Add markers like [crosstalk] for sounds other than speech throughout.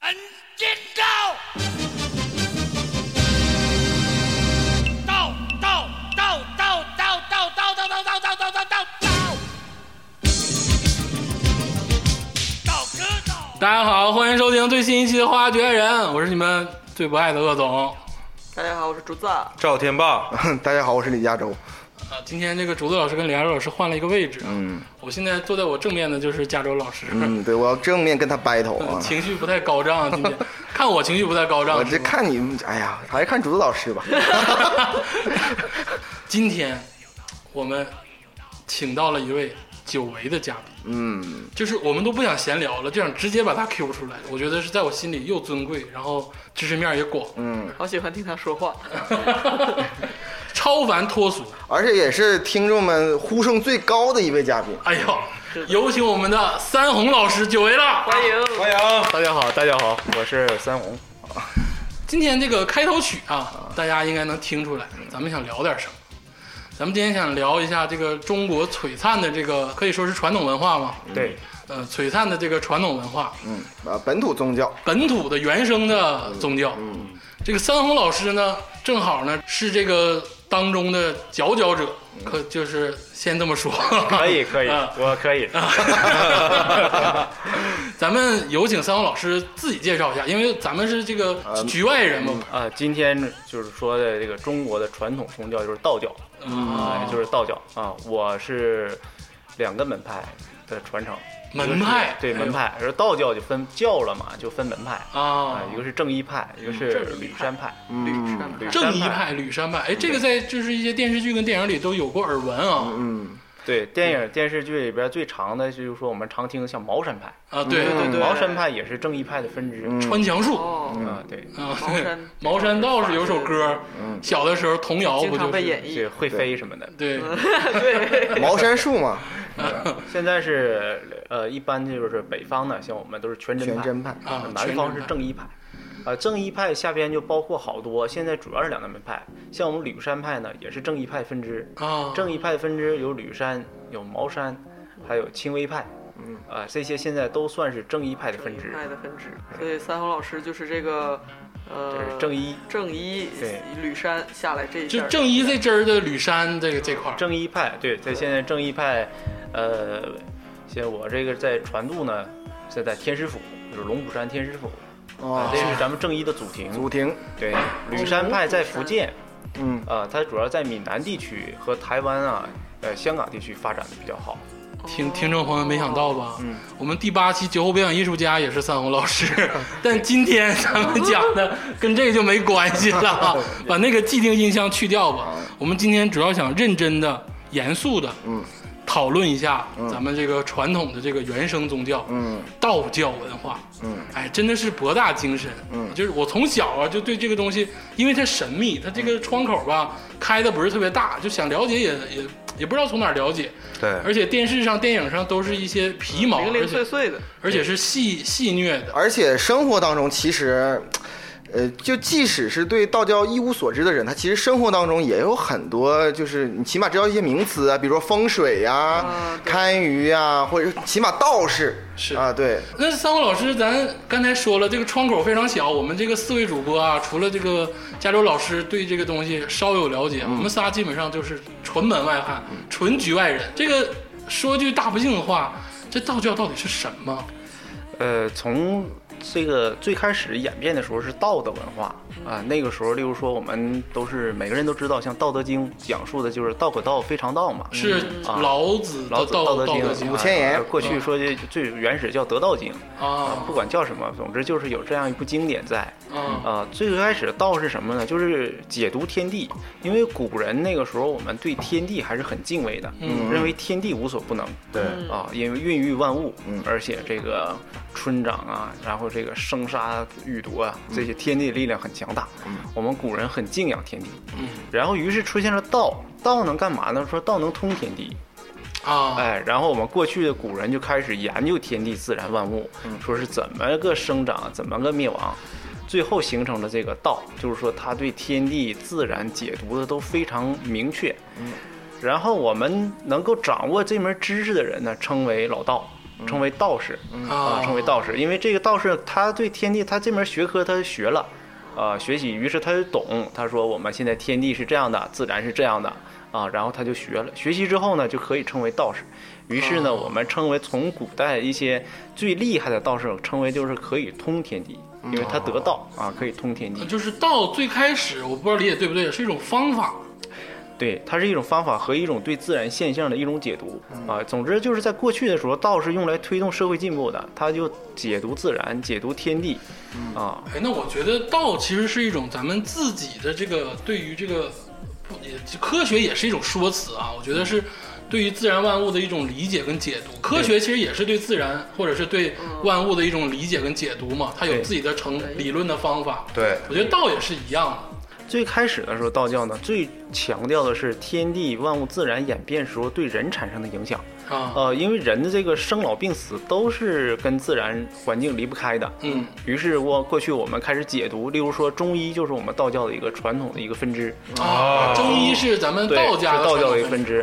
恩金刀，刀刀刀刀刀刀刀刀刀刀刀刀刀刀刀，刀哥刀。大家好，欢迎收听最新一期的《花绝人》，我是你们最不爱的鄂总。大家好，我是竹子。赵天霸， [laughs] 大家好，我是李佳洲。啊，今天这个竹子老师跟李亚洲老师换了一个位置，啊嗯我现在坐在我正面的就是加州老师， [laughs] 嗯，对，我要正面跟他 battle 啊！情绪不太高涨，啊 [laughs] 今天看我情绪不太高涨，我这是吧看你，哎呀，还是看竹子老师吧。 [laughs] 今天我们请到了一位久违的嘉宾，嗯，就是我们都不想闲聊了，就想直接把他 Q 出来。我觉得是在我心里又尊贵，然后知识面也广，嗯好喜欢听他说 [laughs] 话， [laughs] 超凡脱俗。而且也是听众们呼声最高的一位嘉宾。哎呦，有请我们的三红老师久违了。欢迎。欢迎大家好，大家好，我是三红。今天这个开头曲啊，大家应该能听出来，咱们想聊点什么？咱们今天想聊一下这个中国璀璨的这个可以说是传统文化嘛，对，呃，璀璨的这个传统文化，嗯，啊，本土宗教，本土的原生的宗教。嗯这个三红老师呢，正好呢是这个当中的佼佼者，可就是先这么说。可以可以，啊我可以。 [laughs] 咱们有请三红老师自己介绍一下，因为咱们是这个呃局外人嘛。啊，今天就是说的这个中国的传统宗教就是道教，啊，也就是道教啊，我是两个门派的传承，门派对哎呦门派，而道教就分教了嘛，就分门派啊啊，一个是正一派，一个是吕山派，嗯吕山吕派，正山嗯一派、吕山派，哎，这个在就是一些电视剧跟电影里都有过耳闻啊嗯，对，电影电视剧里边最长的就是说我们常听的像茅山派，啊，对对对对，茅山派也是正一派的分嗯支，穿墙术哦，啊，对，啊茅山，茅山道士有首歌，嗯小的时候童谣不经常就被是演是绎。会飞什么的。对 [laughs] 对，茅山术嘛，现在是呃，一般就是北方呢，像我们都是全真全派，真派。啊，南全方真是派正一派。啊、正一派下边就包括好多，现在主要是两大门派，像我们吕山派呢，也是正一派分支。啊，正一派的分支有吕山、有茅山，还有清微派，啊、这些现在都算是正一派的分支，派的分支。所以三红老师就是这个，这是呃，正一正一对吕山下来这一就下，正一这支儿的吕山这个这块儿正一派。对，在现在正一派，呃，像我这个在传度呢，是在天师府，就是龙虎山天师府，啊、哦这，是咱们正一的祖庭。祖庭，对，哎吕山派在福哦建，嗯，啊，它主要在闽南地区和台湾啊，呃，香港地区发展的比较好。听听众朋友没想到吧？我们第八期酒后表演艺术家也是三红老师，但今天咱们讲的跟这个就没关系了啊，把那个既定印象去掉吧。我们今天主要想认真的、严肃的，嗯，讨论一下咱们这个传统的这个原生宗教，嗯，道教文化，嗯，哎，真的是博大精深，嗯就是我从小啊就对这个东西，因为它神秘，它这个窗口吧开的不是特别大，就想了解也也也不知道从哪儿了解，对而且电视上、电影上都是一些皮毛，嗯零而零碎且碎的，而且是戏戏谑的，而且生活当中其实。呃，就即使是对道教一无所知的人，他其实生活当中也有很多，就是你起码知道一些名词啊，比如说风水呀、啊对堪舆呀，或者起码道士是啊，对，那三位老师，咱刚才说了，这个窗口非常小。我们这个四位主播啊，除了这个加州老师对这个东西稍有了解，嗯我们仨基本上就是纯门外汉、纯局外人。这个说句大不敬的话，这道教到底是什么？呃，从这个最开始演变的时候是道的文化嗯啊、那个时候，例如说我们都是每个人都知道，像《道德经》讲述的就是“道可道，非常道”嘛。是啊老子老的子道道德德经》经五千言啊过去说的最原始叫《德道经》啊，啊不管叫什么，总之就是有这样一部经典在。啊啊，最开始道是什么呢？就是解读天地，因为古人那个时候我们对天地还是很敬畏的，嗯认为天地无所不能，对嗯啊，因为孕育万物，嗯而且这个春长啊，然后这个生杀予夺啊，这些天地的力量很强大，我们古人很敬仰天地，嗯然后于是出现了道，道能干嘛呢？说道能通天地，啊！哎，然后我们过去的古人就开始研究天地自然万物，说是怎么个生长，怎么个灭亡，最后形成了这个道，就是说他对天地自然解读的都非常明确。然后我们能够掌握这门知识的人呢，称为老道。成为道士啊、啊，成为道士。因为这个道士他对天地，他这门学科他学了，啊，学习，于是他就懂。他说我们现在天地是这样的，自然是这样的啊，然后他就学了。学习之后呢，就可以称为道士。于是呢，我们称为从古代一些最厉害的道士，称为就是可以通天地，因为他得道啊，可以通天地。就是道最开始，我不知道理解对不对，是一种方法。对，它是一种方法和一种对自然现象的一种解读啊。总之就是在过去的时候，道是用来推动社会进步的，它就解读自然、解读天地啊。哎，那我觉得道其实是一种咱们自己的这个对于这个不也科学也是一种说辞啊，我觉得是嗯对于自然万物的一种理解跟解读。科学其实也是对自然或者是对万物的一种理解跟解读嘛，它有嗯对自己的成对理论的方法。对，我觉得道也是一样的。最开始的时候，道教呢最强调的是天地万物自然演变时候对人产生的影响。啊，呃，因为人的这个生老病死都是跟自然环境离不开的。嗯，于是我过去我们开始解读，例如说中医就是我们道教的一个传统的一个分支。啊，哦中医是咱们对，道家是的道教的一个传统分支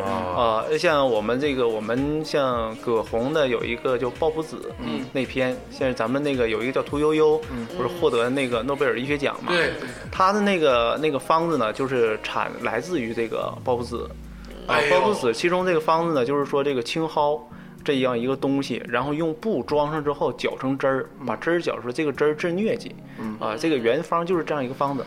啊、哦呃像我们这个，我们像葛洪的有一个叫《抱朴子》嗯那篇，现在咱们那个有一个叫屠呦呦，不是获得那个诺贝尔医学奖嘛？对对，他的那个那个方子呢，就是产来自于这个抱朴子，啊哎，呦抱朴子其中这个方子呢，就是说这个青蒿这样一个东西，然后用布装上之后搅成汁儿，把汁儿搅出来，这个汁儿治疟疾，嗯啊，这个原方就是这样一个方子。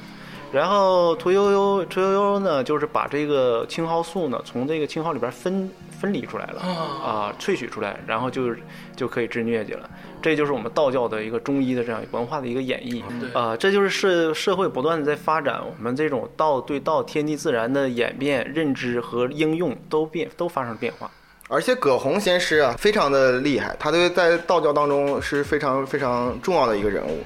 然后屠呦呦，屠呦呦呢，就是把这个青蒿素呢，从这个青蒿里边分分离出来了，啊啊、萃取出来，然后就是就可以治疟疾了。这就是我们道教的一个中医的这样文化的一个演绎，哦对啊、这就是社社会不断的在发展，我们这种道对道、天地自然的演变、认知和应用都变都发生了变化。而且葛洪先师啊，非常的厉害，他对在道教当中是非常非常重要的一个人物。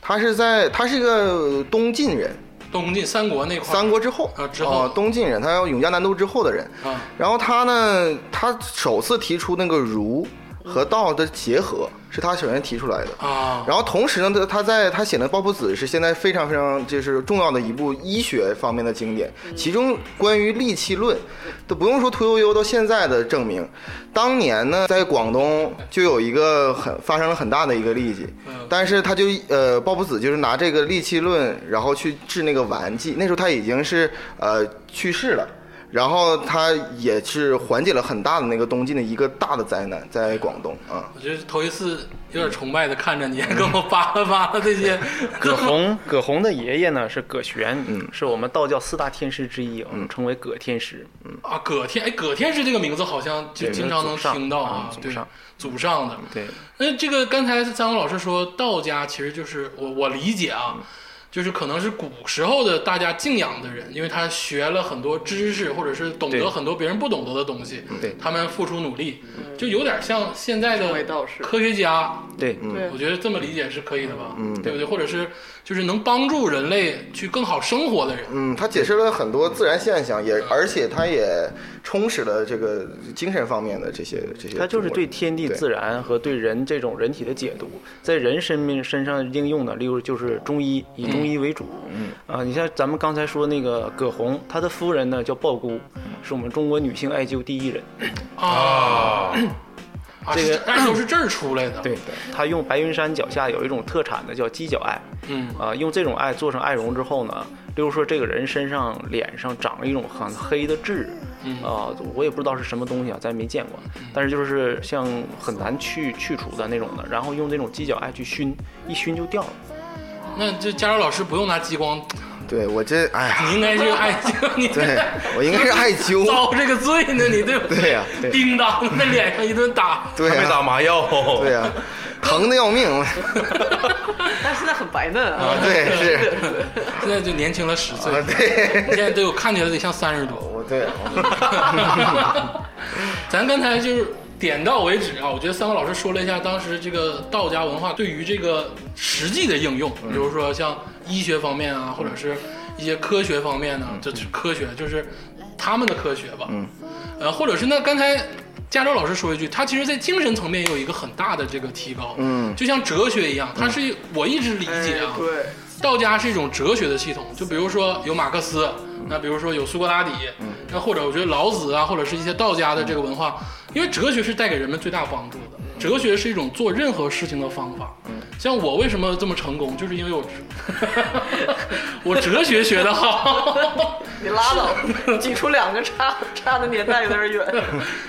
他是在他是一个东晋人，东晋三国那块儿三国之后啊之后啊东晋人，他要永嘉南渡之后的人。啊，然后他呢，他首次提出那个儒和道的结合，是他首先提出来的。啊，然后同时呢，他在他写的《抱朴子》是现在非常非常就是重要的一部医学方面的经典，嗯其中关于利气论，都不用说屠呦呦到现在的证明，当年呢在广东就有一个很发生了很大的一个痢疾嗯，但是他就呃抱朴子就是拿这个利气论，然后去治那个顽疾，那时候他已经是呃去世了。然后他也是缓解了很大的那个东晋的一个大的灾难，在广东啊。我就是头一次有点崇拜的看着你，跟我扒拉扒拉这 [laughs] 些。葛洪，葛洪的爷爷呢是葛玄，嗯，是我们道教四大天师之一，嗯我们称为葛天师。啊，葛天，哎，葛天师这个名字好像就对经常能听到啊，就是祖上嗯对，祖上嗯祖上的。对，那这个刚才三红老师说，道家其实就是我我理解啊，嗯就是可能是古时候的大家敬仰的人，因为他学了很多知识，或者是懂得对嗯很多别人不懂得的东西，对他们付出努力，就有点像现在嗯成为的道士，科学家，对，对我觉得这么理解是可以的吧，嗯对不对？或者是就是能帮助人类去更好生活的人，嗯，他解释了很多自然现象，嗯也而且他也充实了这个精神方面的这些这些。它就是对天地对自然和对人这种人体的解读，在人身面身上应用的，例如就是中医，以中医为主。嗯啊，你像咱们刚才说那个葛洪，他的夫人呢叫鲍姑，是我们中国女性艾灸第一人。啊， [clears throat] 啊，这个是按说是这儿出来的，对，她用白云山脚下有一种特产的叫鸡脚艾，嗯。啊，用这种艾做成艾绒之后呢，例如说这个人身上、脸上长了一种很黑的痣，啊、我也不知道是什么东西啊，咱也没见过，但是就是像很难去去除的那种的，然后用那种鸡脚艾去熏，一熏就掉了。那这佳柔老师不用拿激 [laughs] 光，对我这哎呀， [laughs] 你应该去艾灸，你对我应该是艾 [laughs] 灸，遭这个罪呢，你对不 [laughs] 对呀对叮当在脸上一顿打，对还没呀、打麻药，对呀、疼的要命。 [laughs] 但是现在很白嫩啊。啊，对是 [laughs] 现在就年轻了十岁啊，，对，哦现在都有看起来得像三十多。我 [laughs] 对 [laughs] 咱刚才就是点到为止啊，我觉得三位老师说了一下当时这个道家文化对于这个实际的应用，比如说像医学方面啊，或者是一些科学方面呢、这是科学就是他们的科学吧，嗯，呃，或者是那刚才。加州老师说一句，他其实在精神层面也有一个很大的这个提高，嗯就像哲学一样，它是我一直理哎解啊，对，道家是一种哲学的系统，就比如说有马克思，那比如说有苏格拉底，那或者我觉得老子啊，或者是一些道家的这个文化，因为哲学是带给人们最大帮助的。哲学是一种做任何事情的方法。像我为什么这么成功，就是因为我 [laughs] 我哲学学得好，你拉倒，挤出两个差差的年代有点 [laughs] 远。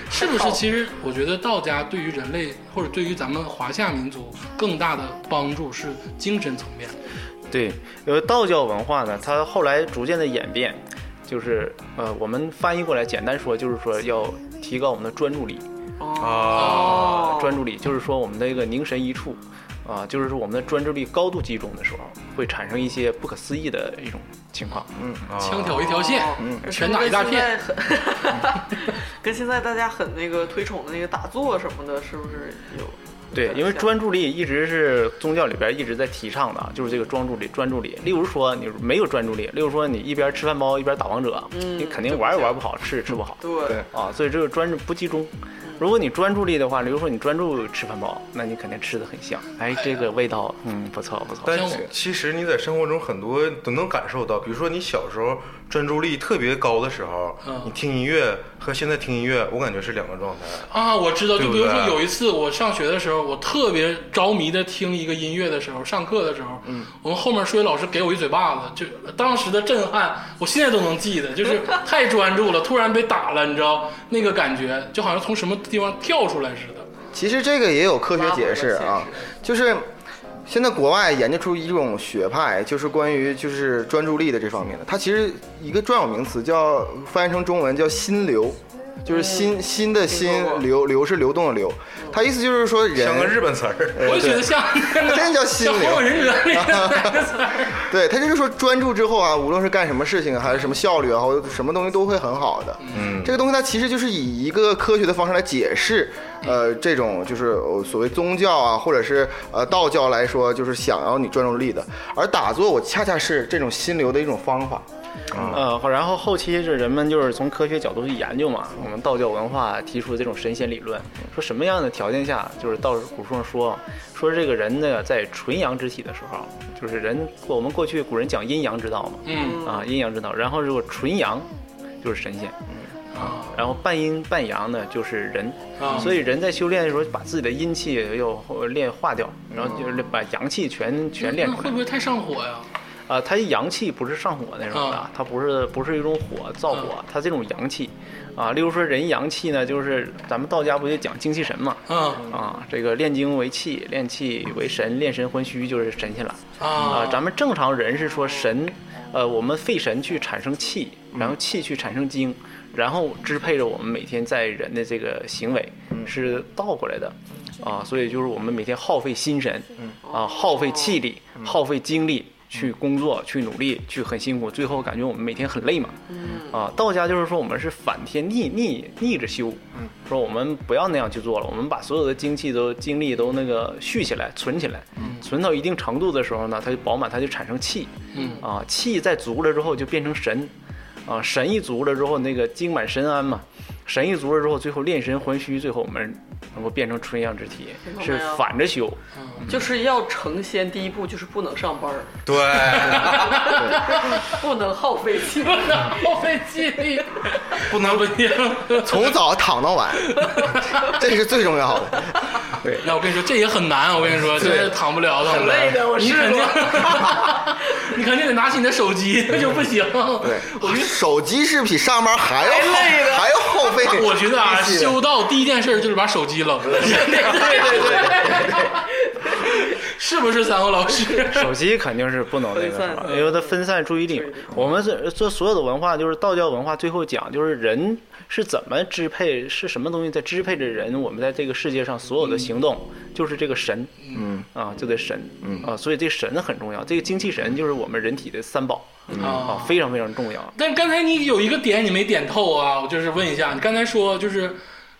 是不是？其实我觉得道家对于人类或者对于咱们华夏民族更大的帮助是精神层面。对，呃，道教文化呢，它后来逐渐的演变，就是呃，我们翻译过来，简单说就是说要提高我们的专注力，哦，专注力就是说我们的一个凝神一处，啊、就是说我们的专注力高度集中的时候，会产生一些不可思议的一种情况。嗯啊枪挑一条线，哦拳打一大片。跟现在很， [laughs] 跟现在大家很那个推崇的那个打坐什么的，是不是有？对，因为专注力一直是宗教里边一直在提倡的啊，就是这个专注力，专注力。例如说你没有专注力，例如说你一边吃饭包一边打王者，嗯你肯定玩也玩不好，吃也吃不好。对对，啊，所以这个专注不集中。如果你专注力的话，比如说你专注吃饭包，那你肯定吃的很香。哎，这个味道，嗯，不错不错。但像其我其实你在生活中很多都能感受到，比如说你小时候专注力特别高的时候，嗯你听音乐和现在听音乐，我感觉是两个状态。啊，我知道，就对不比如说对有一次我上学的时候，我特别着迷的听一个音乐的时候，上课的时候，嗯，我们后面数学老师给我一嘴巴子，就当时的震撼，我现在都能记得，就是 [laughs] 太专注了，突然被打了，你知道那个感觉，就好像从什么地方跳出来似的。其实这个也有科学解释拉回到啊现，就是现在国外研究出一种学派，就是关于就是专注力的这方面的。它其实一个专有名词叫翻译成中文叫心流，就是心心的嗯听心说过流流是流动的流。它意思就是说人像个日本词儿，我就觉得像那个 [laughs] 真叫心像灵《火影忍者》里的那个词儿。 [laughs] 对他就是说专注之后啊，无论是干什么事情啊还是什么效率啊，或者什么东西都会很好的。嗯，这个东西它其实就是以一个科学的方式来解释，呃，这种就是呃所谓宗教啊，或者是呃道教来说，就是想要你专注力的。而打坐，我恰恰是这种心流的一种方法。呃，然后后期是人们就是从科学角度去研究嘛，我们道教文化提出这种神仙理论，说什么样的条件下，就是道古书上说，说这个人呢在纯阳之体的时候，就是人我们过去古人讲阴阳之道嘛，嗯啊阴阳之道，然后如果纯阳就是神仙，啊然后半阴半阳呢就是人，啊，所以人在修炼的时候把自己的阴气要练化掉，然后就是把阳气全全练那出来会。不会太上火呀？啊，它阳气不是上火那种的嗯，它不是不是一种火燥火，它这种阳气，啊，例如说人阳气呢，就是咱们道家不就讲精气神嘛，嗯啊，这个炼精为气，炼气为神，炼神魂虚就是神仙了，啊，啊， [laughs] 咱们正常人是说神，呃，我们肺神去产生气，然后气去产生精，然后支配着我们每天在人的这个行为，是倒过来的，啊，所以就是我们每天耗费心神，啊，耗费气力，耗费精力。去工作，去努力，去很辛苦，最后感觉我们每天很累嘛。啊，道家就是说我们是反天逆逆逆着修，说我们不要那样去做了，我们把所有的精气都精力都那个蓄起来，存起来，存到一定程度的时候呢，它就饱满，它就产生气，嗯啊，气再足了之后就变成神，啊，神一足了之后那个精满神安嘛，神一足了之后，最后炼神还虚，最后我们能够变成纯阳之体，明白是了反着修，就是要成仙，第一步就是不能上班儿，对，不能耗费气力。耗费精力，不能不行。从早躺到晚， [laughs] 这是最重要的。那我跟你说，这也很难。我跟你说，真是躺不了，躺不了。很累的我你试过肯定， [laughs] 你肯定得拿起你的手机，那就不行。对我跟，手机是比上班还要耗还要耗费。我觉得啊，力气的修道第一件事就是把手机扔了。对对对对， [laughs] 是不是三位老师？ [laughs] 手机肯定是不能那个什分么散，嗯因为它分散注意力嘛注意力。我们这这所有的文化，就是道教文化，最后讲就是人是怎么支配，是什么东西在支配着人？我们在这个世界上所有的行动，就是这个神，嗯啊，就得神，嗯啊，所以这神很重要。这个精气神就是我们人体的三宝，哦啊，非常非常重要。但刚才你有一个点你没点透啊，我就是问一下，你刚才说就是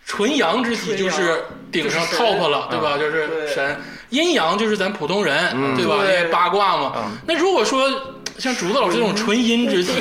纯阳之体就纯是阳顶上就是神 top 了，对嗯吧？就是对神，阴阳就是咱普通人，对吧？因对为八卦嘛。嗯那如果说像竹子老师这种纯阴之体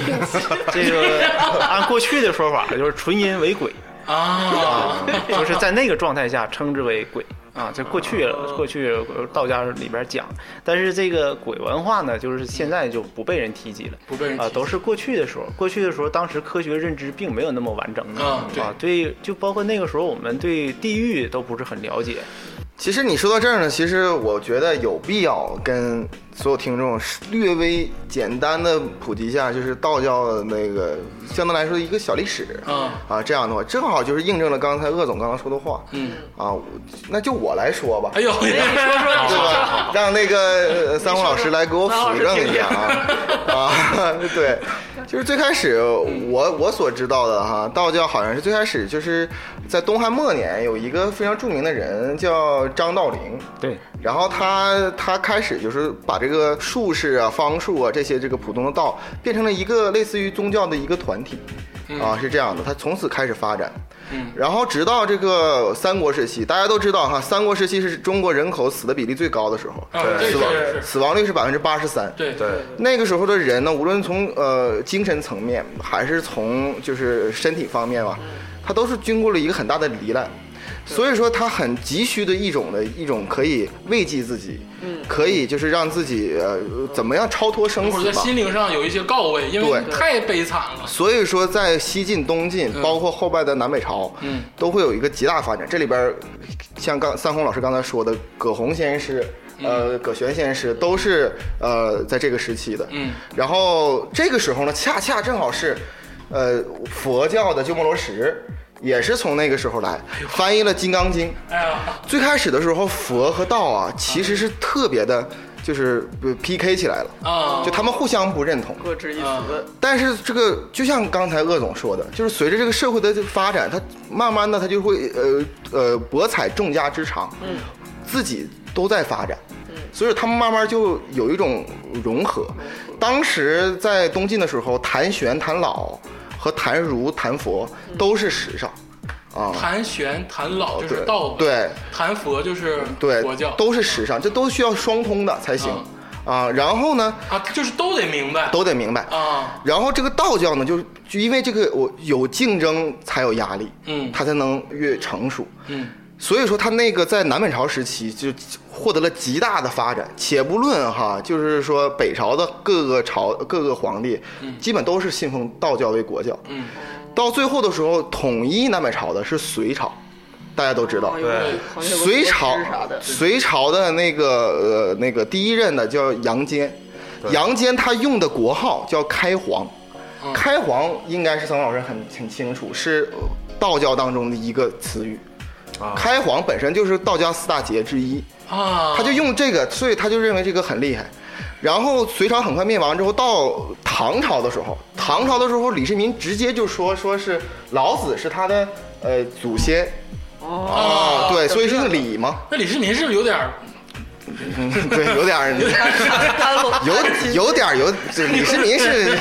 这个按过去的说法，就是纯阴为鬼，啊， [laughs] 就是在那个状态下称之为鬼啊，这过去过去呃道家里边讲，但是这个鬼文化呢，就是现在就不被人提及了。不被人啊，提都是过去的时候，过去的时候，当时科学认知并没有那么完整啊对啊，对，就包括那个时候，我们对地狱都不是很了解，其实你说到这儿呢，其实我觉得有必要跟所有听众略微简单的普及一下，就是道教的那个相对来说一个小历史嗯啊，这样的话正好就是印证了刚才鄂总刚刚说的话，嗯，啊，我那就我来说吧，哎呦，对吧？让那个呃三虎老师来给我辅证一下啊啊！对，就是最开始我我所知道的哈，道教好像是最开始就是在东汉末年有一个非常著名的人叫张道陵，对，然后他他开始就是把这个术士啊、方术啊这些这个普通的道变成了一个类似于宗教的一个团体，啊是这样的，他从此开始发展。嗯然后直到这个三国时期，大家都知道哈，三国时期是中国人口死的比例最高的时候，啊，这死个亡是是，死亡率是百分之八十三。对对，那个时候的人呢，无论从呃精神层面，还是从就是身体方面吧，他都是经过了一个很大的糜烂，所以说他很急需的一种的一种可以慰藉自己，可以就是让自己呃怎么样超脱生或死者在吧。心灵上有一些告慰，因为对太悲惨了。所以说，在西晋、东晋，嗯包括后半的南北朝，嗯，都会有一个极大发展。这里边儿，像刚三红老师刚才说的，葛洪先师，嗯呃，葛玄先师，都是呃在这个时期的。嗯，然后这个时候呢，恰恰正好是，呃，佛教的鸠摩罗什也是从那个时候来，翻译了《金刚经》。哎呀，最开始的时候，佛和道啊，其实是特别的，就是呃 PK 起来了，啊，就他们互相不认同。各执一嗯词。但是这个就像刚才鄂总说的，就是随着这个社会的发展，它慢慢的它就会呃呃博采众家之长，嗯，自己都在发展，嗯，所以他们慢慢就有一种融合。当时在东晋的时候，谈玄、谈老和谈儒、谈佛都是时尚，啊，谈玄谈老就是对道，，对谈佛就是对，佛教，嗯都是时尚，这都需要双通的才行，啊，然后呢啊，就是都得明白都得明白，啊，然后这个道教呢，就是就因为这个我有竞争才有压力，嗯它才能越成熟。嗯所以说，它那个在南北朝时期就获得了极大的发展。且不论哈，就是说北朝的各个朝各个皇帝，基本都是信奉道教为国教。嗯，到最后的时候，统一南北朝的是隋朝，大家都知道。哦对，好像有个隋朝国师 [laughs] 啥的，隋朝的那个呃那个第一任的叫杨坚，杨坚他用的国号叫开皇，开皇应该是桑老师很很清楚，是呃道教当中的一个词语。开皇本身就是道家四大节之一，啊，他就用这个，所以他就认为这个很厉害。然后隋朝很快灭亡之后，到唐朝的时候，唐朝的时候，李世民直接就说说是老子是他的呃祖先哦，啊，对，所以是这个样礼嘛。那李世民是不是有点儿嗯，对，有点儿，他搂 [laughs] 有有点儿有，这李世民是，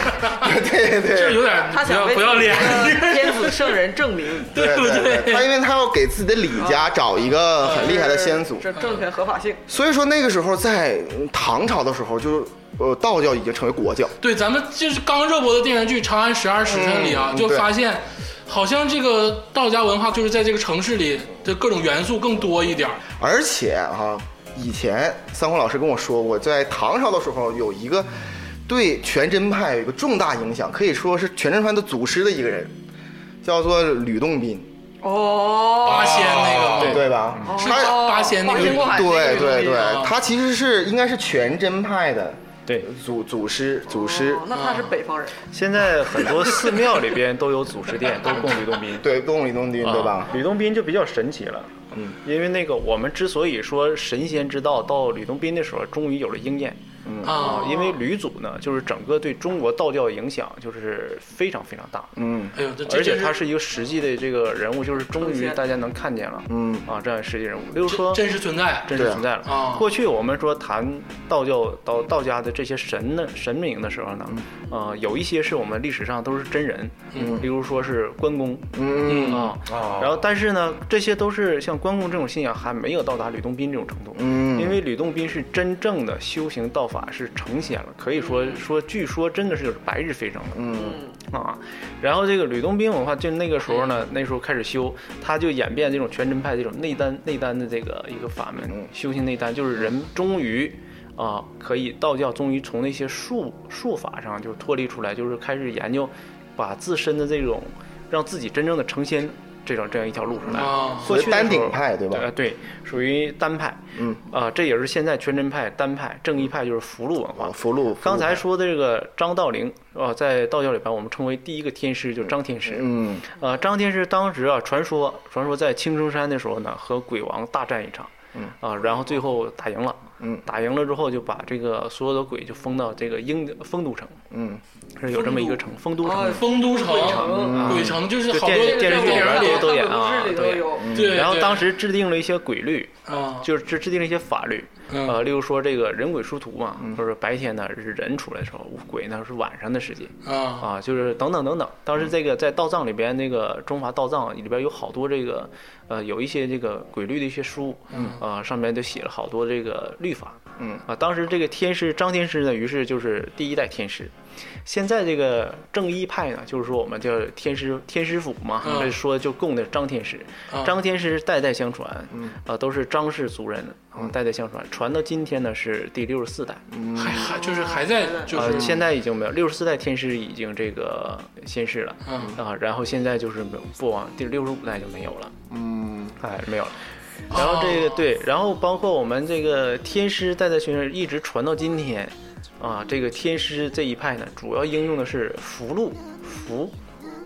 对这对有点他不要想为不要脸， [laughs] 这个 [laughs] 天子圣人证明对对对，他因为他要给自己的李家找一个很 [laughs] 厉害的先祖，这政权合法性。所以说那个时候在嗯唐朝的时候就，呃，道教已经成为国教，对，咱们就是刚热播的电视剧《长安十二时辰》里啊，嗯就对发现，好像这个道家文化就是在这个城市里的各种元素更多一点儿。而且啊，以前三红老师跟我说过，在唐朝的时候有一个对全真派有一个重大影响，可以说是全真派的祖师的一个人，叫做吕洞宾，哦，八仙那个，对对吧？是他八仙那八个仙过海对对对啊，他其实是应该是全真派的对，祖祖师祖师，哦那他是北方人，现在很多寺庙里边都有祖师殿，都供吕洞宾。对，东李东丁对啊吧？吕洞宾就比较神奇了，嗯，因为那个我们之所以说神仙之道到吕洞宾的时候，终于有了应验啊啊，，因为吕祖呢，就是整个对中国道教影响就是非常非常大，嗯哎呦，这这而且真他是一个实际的这个人物，就是终于大家能看见了，嗯啊，这样哦实际人物，例如说真真实存在，真实存在了。对啊过去我们说谈道教到道家的这些神呢神明的时候呢，呃，有一些是我们历史上都是真人，嗯例如说是关公嗯，嗯啊，啊然后但是呢，这些都是像关公这种信仰还没有到达吕洞宾这种程度，嗯因为吕洞宾是真正的修行道法是成仙了，可以说说据说真的是就是白日飞升的，嗯啊，然后这个吕洞宾文化就那个时候呢，那时候开始修，他就演变这种全真派这种内丹内丹的这个一个法门嗯，修行内丹，就是人终于啊可以道教终于从那些术术法上就是脱离出来，就是开始研究，把自身的这种让自己真正的成仙这种这样一条路上来。啊过去的时候单顶派对吧呃对，属于单派。嗯，啊、这也是现在全真派、单派、正一派就是福禄文化啊，。福禄。刚才说的这个张道陵，啊、在道教里边我们称为第一个天师，就是张天师。嗯，呃，张天师当时啊，传说传说在青城山的时候呢，和鬼王大战一场，嗯啊，然后最后打赢了，嗯打赢了之后就把这个所有的鬼就封到这个英丰都城，嗯是有这么一个城，丰都城啊。丰都城、嗯鬼城就是就好多电视电电视影剧里都都演啊看鬼故事里对都有。对，然后对当时制定了一些规律，啊，就是制制定了一些法律，嗯呃，例如说这个人鬼殊途嘛，嗯就是白天呢是人出来的时候，鬼呢是晚上的时间，啊啊，就是等等等等。当时这个在道藏里边，那个中华道藏里边有好多这个，呃，有一些这个鬼律的一些书，嗯，啊，上面都写了好多这个律法，嗯，啊，当时这个天师张天师呢，于是就是第一代天师。现在这个正一派呢，就是说我们叫天师天师府嘛，嗯这说就供的张天师，嗯张天师代代相传，啊，都是张氏族人，啊，代代相传，传到今天呢是第六十四代，还还就是还在就呃，是现在已经没有六十四代天师已经这个仙逝了，嗯啊，然后现在就是没有不往第六十五代就没有了，嗯，哎，哦没有了。然后这个对，然后包括我们这个天师代代宣传一直传到今天，啊，这个天师这一派呢，主要应用的是符箓符，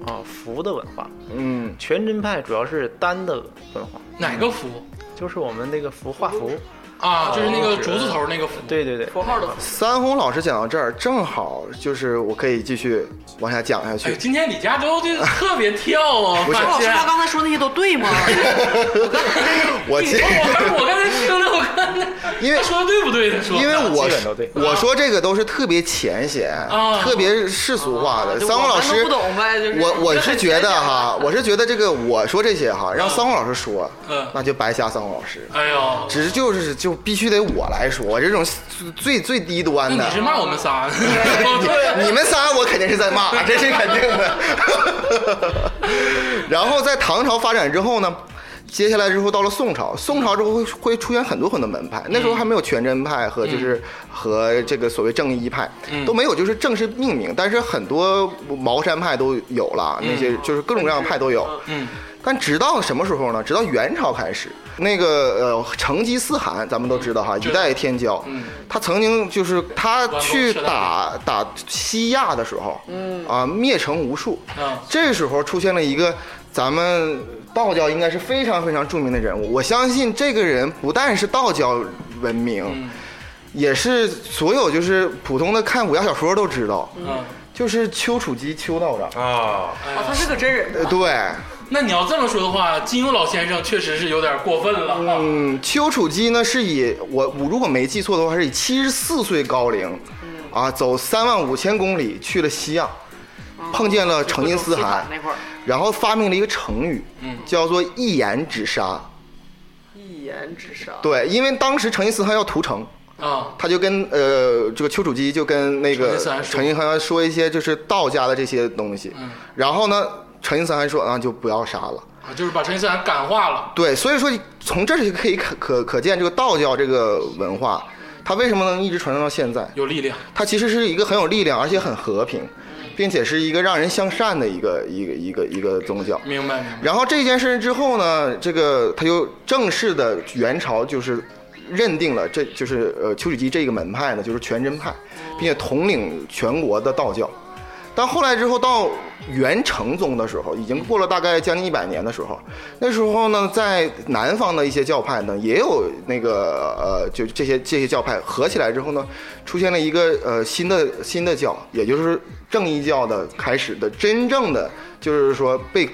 啊符的文化，嗯全真派主要是丹的文化，哪个符就是我们那个符画符，啊？就是那个竹字头那个符，对对对，符号的符，三红老师讲到这儿，正好就是我可以继续往下讲下哎，去。今天李佳洲就特别跳啊！ [laughs] 不是发老师现他刚才说那些都对吗？我接，我刚我刚才听着，我刚才 [laughs] 因为他说的对不对？他说，因为我基本都对我说这个都是特别浅显啊，特别世俗化的。啊就三红我老们都师不懂呗，就是我我是觉得哈，很浅显的我是觉得这个我说这些哈，让三红老师说嗯，那就白瞎三红老师。哎呦，只是就是就必须得我来说，我这种最最低端那的你，是骂我们 [laughs] 仨呢？你们仨我肯定是 [laughs] 在骂，这是肯定的。 [laughs] 然后在唐朝发展之后呢，接下来之后到了宋朝，宋朝之后会会出现很多很多门派，那嗯时候还没有全真派和就是和这个所谓正一派嗯都没有，就是正式命名，但是很多茅山派都有了，那些就是各种各样的派都哦有。嗯，但直到什么时候呢？直到元朝开始，那个呃成吉思汗，咱们都知道哈，一代天骄，嗯他曾经就是他关公去是吧打打西亚的时候，啊灭城无数，啊，这时候出现了一个咱们道教应该是非常非常著名的人物，我相信这个人不但是道教闻名，嗯也是所有就是普通的看武侠小说都知道，嗯，就是丘处机丘道长。啊，哎哦，呀他是个真人呃，对，那你要这么说的话，金庸老先生确实是有点过分了啊。嗯，丘处机呢是以我我如果没记错的话，是以七十四岁高龄，嗯啊，走三万五千公里去了西亚，哦碰见了呃成吉思汗那块儿，然后发明了一个成语，嗯叫做一言止杀。一言之杀。对，因为当时成吉思汗要屠城，啊，他就跟呃这个丘处机就跟那成个吉思汗说成吉思汗说一些就是道家的这些东西，嗯然后呢，成吉思汗说啊就不要杀了。啊就是把成吉思汗感化了。对，所以说从这里可以可可可见这个道教这个文化，它为什么能一直传承到现在？有力量，它其实是一个很有力量，而且很和平，并且是一个让人向善的一个一个一个一个宗教。明白明白。然后这件事之后呢，这个他就正式的元朝就是认定了这就是呃丘处机这个门派呢就是全真派，并且统领全国的道教。但后来之后到元成宗的时候，已经过了大概将近一百年的时候，那时候呢，在南方的一些教派呢，也有那个呃，就这些这些教派合起来之后呢，出现了一个呃新的新的教，也就是正一教的开始的真正的，就是说被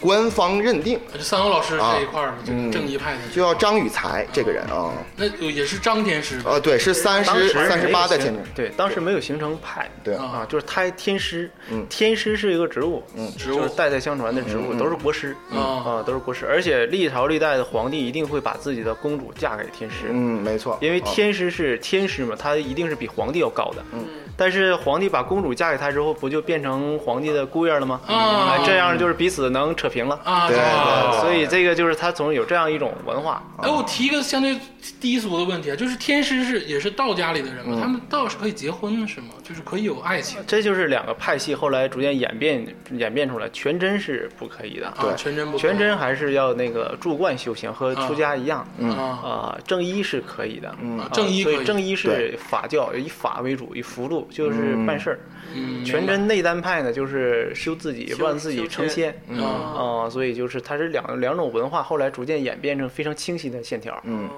官方认定，这三红老师这一块儿，这个嗯正一派的，就叫张宇才这个人啊，那也是张天师吧呃，对，是三当十时三十八代在天明，对，当时没有形成派，对啊，就是他天师嗯，天师是一个植物，嗯植物就是代代相传的植物，都是国师嗯啊，都是国师，而且历朝历代的皇帝一定会把自己的公主嫁给天师，嗯，没错，因为啊天师是天师嘛，他一定是比皇帝要高的，嗯，但是皇帝把公主嫁给他之后，不就变成皇帝的姑爷了吗？啊哎这样就是彼此能扯平了。啊，对对啊所以这个就是他总有这样一种文化。哎，我提一个相对低俗的问题啊，就是天师是也是道家里的人嗯嘛，他们道是可以结婚是吗？就是可以有爱情这就是两个派系后来逐渐演变演变出来，全真是不可以的，啊？全真不可以全真还是要那个住观修行，和出家一样。啊啊，正一是可以的，嗯正一可以所以正一是对法教，以法为主，以福禄就是办事儿。嗯全真内丹派呢，就是修自己，修万自己成仙。嗯啊啊、所以就是它是两两种文化，后来逐渐演变成非常清晰的线条。嗯，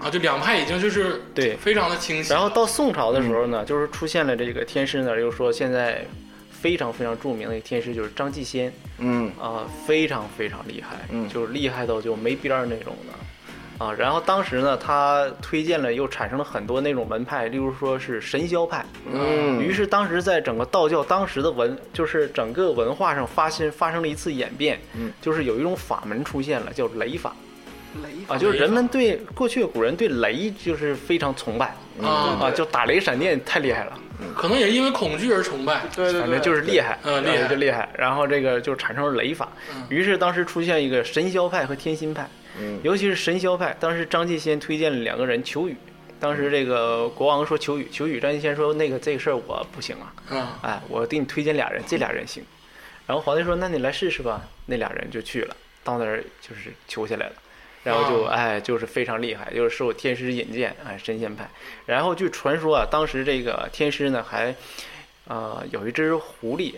啊，就两派已经就是对非常的清晰。然后到宋朝的时候呢，就是出现了这个天师呢，又说现在非常非常著名的一个天师就是张继先嗯啊、非常非常厉害，嗯就是厉害到就没边儿那种的啊。然后当时呢，他推荐了又产生了很多那种门派，例如说是神霄派，嗯，于是当时在整个道教当时的文，就是整个文化上发生发生了一次演变，嗯就是有一种法门出现了，叫雷法雷法啊，就是人们对过去古人对雷就是非常崇拜。啊，啊，就打雷闪电太厉害了，可能也是因为恐惧而崇拜。对对反对，正就是厉害，嗯然后厉害就厉害。然后这个就产生了雷法，嗯于是当时出现一个神霄派和天心派，嗯尤其是神霄派，当时张继先推荐了两个人求雨。当时这个国王说求雨，求雨，张继先说那个这个事儿我不行啊，啊哎，我给你推荐俩人，这俩人行。然后皇帝说：“那你来试试吧。”那俩人就去了，到那儿就是求下来了，然后就、啊哎，就是非常厉害，就是受天师引荐，哎，神仙派。然后据传说啊，当时这个天师呢还，呃，有一只狐狸，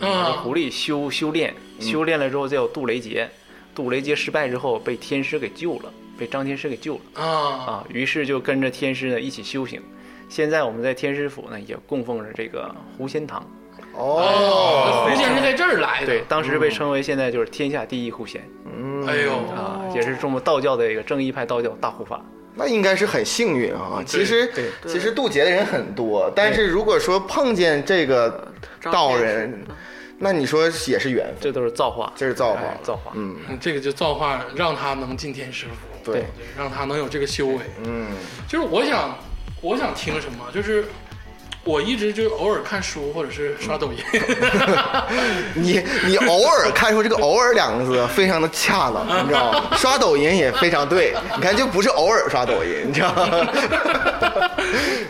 啊狐狸修修炼，修炼了之后叫杜雷杰，杜雷杰失败之后被天师给救了，被张天师给救了。啊！啊，于是就跟着天师呢一起修行。现在我们在天师府呢，也供奉着这个狐仙堂。嗯哦，狐仙是在这儿来的。对，，嗯当时被称为现在就是天下第一狐仙嗯，哎呦，啊，也是中国道教的一个正一派道教大护法。那应该是很幸运啊。其实对其实渡劫的人很多，但是如果说碰见这个道人，那你说也是缘分，这都是造化，这是造哎化。造化。嗯嗯这个就造化让他能进天师府，对，让他能有这个修为。嗯就是我想，我想听什么，就是我一直就偶尔看书或者是刷抖音， [laughs] 你你偶尔看出这个“偶尔”两个字 [laughs] 非常的恰当，你知 [laughs] 道吗？刷抖音也非常对，你看就不是偶尔刷抖音，你知道吗？ [laughs]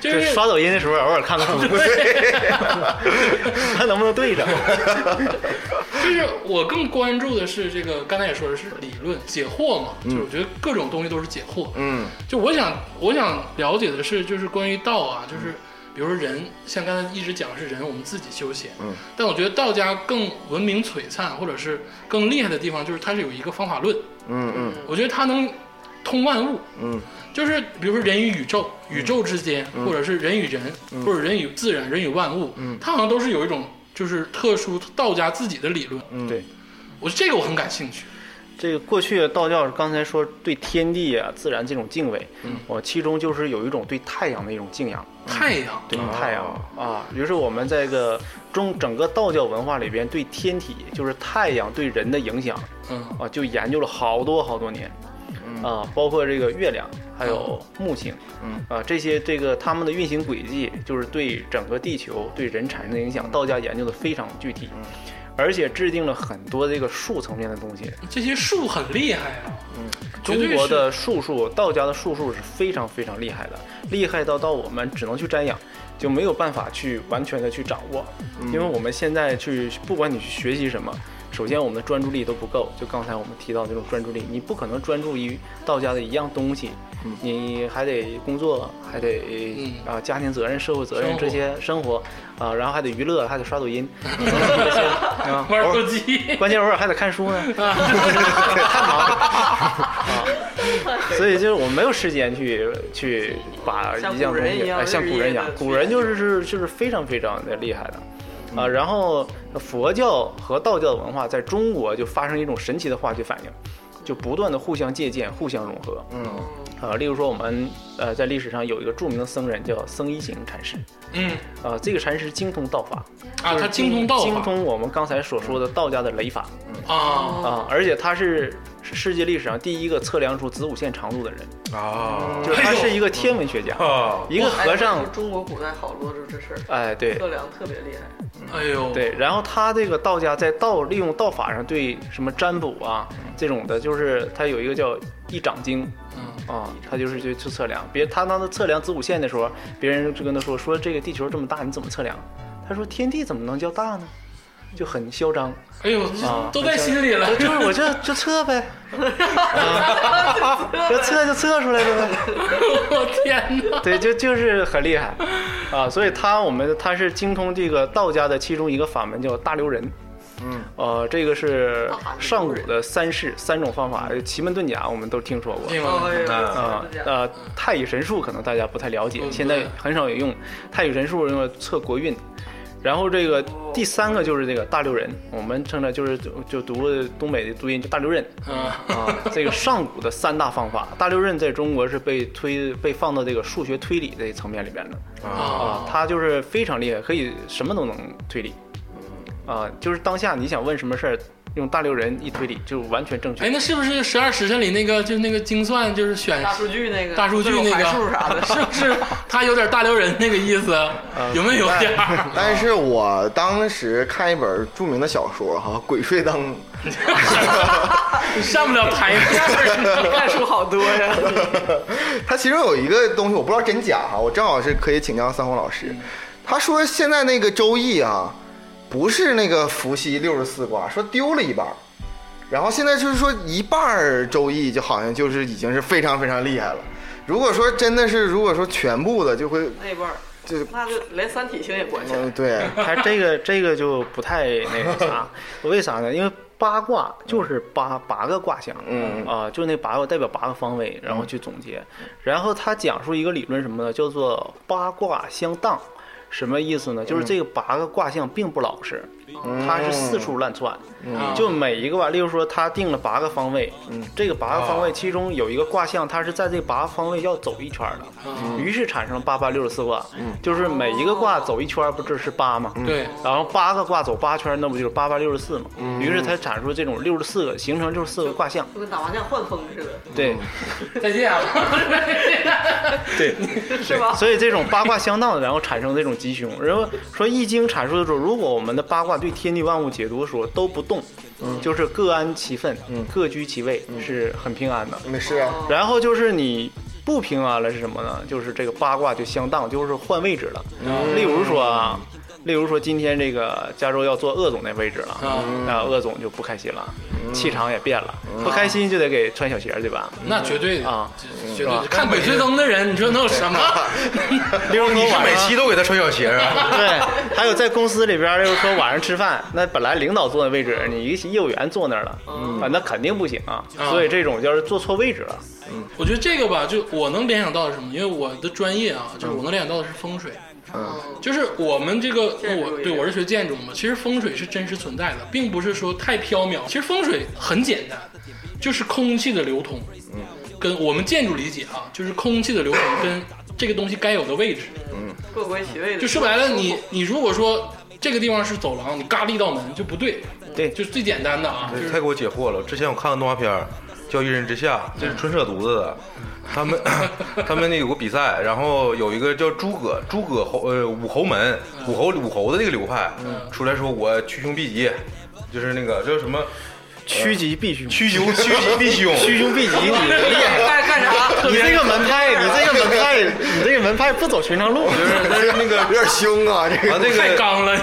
就就是刷抖音的时候，偶尔看看书， [laughs] 看能不能 [laughs] 对上。就是我更关注的是这个，刚才也说的是理论解惑嘛，就是我觉得各种东西都是解惑。嗯就我想我想了解的是，就是关于道啊，就是比如说人，像刚才一直讲的是人，我们自己修行。嗯。但我觉得道家更文明璀璨，或者是更厉害的地方，就是它是有一个方法论。嗯嗯我觉得它能通万物。嗯。就是比如说人与宇宙、宇宙之间，或者是人与人，或者人与自然、人与万物，它好像都是有一种就是特殊道家自己的理论。嗯，对，我这个我很感兴趣。这个过去道教刚才说对天地啊、自然这种敬畏，我其中就是有一种对太阳的一种敬仰。太阳，对太阳啊，于是我们在一个中整个道教文化里边，对天体就是太阳对人的影响嗯啊，就研究了好多好多年，啊，包括这个月亮，还有木星，嗯啊，这些这个它们的运行轨迹，就是对整个地球对人产生的影响，道家研究的非常具体，嗯而且制定了很多这个术层面的东西。这些树很厉害啊，绝对中是国的术数，道家的术数是非常非常厉害的，厉害到到我们只能去瞻仰，就没有办法去完全的去掌握，嗯因为我们现在去，不管你去学习什么，首先我们的专注力都不够，就刚才我们提到的这种专注力，你不可能专注于道家的一样东西，你还得工作，还得嗯啊、家庭责任、社会责任生活这些生活啊、然后还得娱乐，还得刷抖音， [laughs] [laughs] 啊玩偶手尔机，关键偶尔还得看书呢， [laughs] 太忙了。啊所以就是我没有时间去去把一样像古东人一西，样哎，像古人一样日夜，地古人就是是就是非常非常的厉害的。嗯啊，然后佛教和道教文化在中国就发生一种神奇的化学反应，就不断的互相借鉴、互相融合。嗯呃，例如说我们呃在历史上有一个著名的僧人叫僧一行禅师，嗯呃，这个禅师精通道法，啊，就是他精通道精法通我们刚才所说的道家的雷法啊，啊，而且他是是世界历史上第一个测量出子午线长度的人，啊就是他哎呦哦是一个天文学家，啊，一个哎和尚这中国古代好多就这事儿，哎，对测量特别厉害。哎呦，对，然后他这个道家在道利用道法上对什么占卜啊这种的，就是他有一个叫一掌经嗯，啊，他就是去去测量，别他当他测量子午线的时候，别人就跟他说说这个地球这么大，你怎么测量？他说天地怎么能叫大呢？就很嚣张 [laughs] 哎呦，这，啊都在心 [laughs] 里了我，就是我这就测 [laughs] 呗，啊，这测就测出来了呗。我天哪！ [laughs] 对，就就是很厉害啊，所以他我们他是精通这个道家的其中一个法门叫大留人。嗯，呃，这个是上古的三式三种方法，呃奇门遁甲我们都听说过。哎呀妈哎呀呦，啊真的假的呃，太乙神术可能大家不太了解嗯，现在很少有用。太乙神术用来测国运，然后这个第三个就是这个大留人，我们称之就是就就读东北的读音叫大留人。啊，啊，这个上古的三大方法，大六壬在中国是被推被放到这个数学推理这一层面里边的啊啊，它就是非常厉害，可以什么都能推理，啊，就是当下你想问什么事儿，用大六壬一推理就完全正确哎，。那是不是十二时辰里那个就是那个精算就是选大数据那个大数据那啊各种函数啥个，的， [laughs] 是不是他有点大留人那个意思？有没有点儿？ [laughs] 但是我当时看一本著名的小说哈，《鬼吹灯上不了台面儿。看数好多呀。》， [laughs] 它其中有一个东西我不知道真假哈，我正好是可以请教三红老师。他说现在那个周易啊，不是那个伏羲六十四卦，说丢了一半儿。然后现在就是说一半儿周易就好像就是已经是非常非常厉害了。如果说真的是，如果说全部的就会那半儿，就是那就连三体星也关起来。嗯对，它这个这个就不太那个啥，为啥呢？因为八卦就是八八个卦象，嗯啊、就那八个代表八个方位，然后去总结，然后他讲述一个理论什么呢？叫做八卦相当。什么意思呢？就是这个八个卦象并不老实，它是四处乱窜，啊就每一个吧，例如说他定了八个方位，这个八个方位其中有一个卦象，它是在这八个方位要走一圈儿的，于是产生八八六十四卦，就是每一个卦走一圈儿，不就是八吗？对，然后八个卦走八圈，那不就是八八六十四吗？于是它产出这种六十四个，形成六十四个卦象。就跟打麻将换风似的，对，再见啊！对，是吧？ [laughs] 所以这种八卦相当，然后产生这种吉凶。然后说《易经》阐述的时候，如果我们的八卦对天地万物解读的时候都不动，就是各安其分，各居其位，是很平安的。没事啊。然后就是你不平安了是什么呢？就是这个八卦就相当，就是换位置了。例如说啊，例如说今天这个加州要做鄂总那位置了，嗯那鄂总就不开心了，气场也变了，不开心就得给穿小鞋儿，对吧？ [laughs] 那绝对的啊，绝对的。看《鬼吹灯》的人，你说能有什么？例如你说是晚每上期。都给他穿小鞋啊？对，还有在公司里边儿，就是说晚上吃 [laughs] 饭，那本来领导坐的位置，你一个业务员坐那儿了，啊，那肯定不行啊。啊所以这种就是坐错位置了。我觉得这个吧，就我能联想到的是什么？因为我的专业啊，就是我能联想到的是风水。嗯就是我们这个，建筑我也对我是学建筑嘛，其实风水是真实存在的，并不是说太缥缈。其实风水很简单，就是空气的流通，跟我们建筑理解啊，就是空气的流通跟这个东西该有的位置。各归其位的。就说白了，你你如果说这个地方是走廊，你嘎了一道门就不对，对就是最简单的啊，就是太给我解惑了。之前我看个动画片儿叫《一人之下》，嗯这是纯扯犊子的。他 [laughs] 们他们那有个比赛，然后有一个叫诸葛诸葛侯呃武侯门嗯武侯武侯的那个流派出来说，我趋凶避吉，就是那个叫什么趋吉避凶，趋凶 [laughs] 趋吉避凶。趋凶避吉，[laughs] 你干干啥？你这个门派，你这个门派，你这个门派不走寻 [laughs] 常路，就是但是那个有点凶啊，这 [laughs] 完个那太个刚了。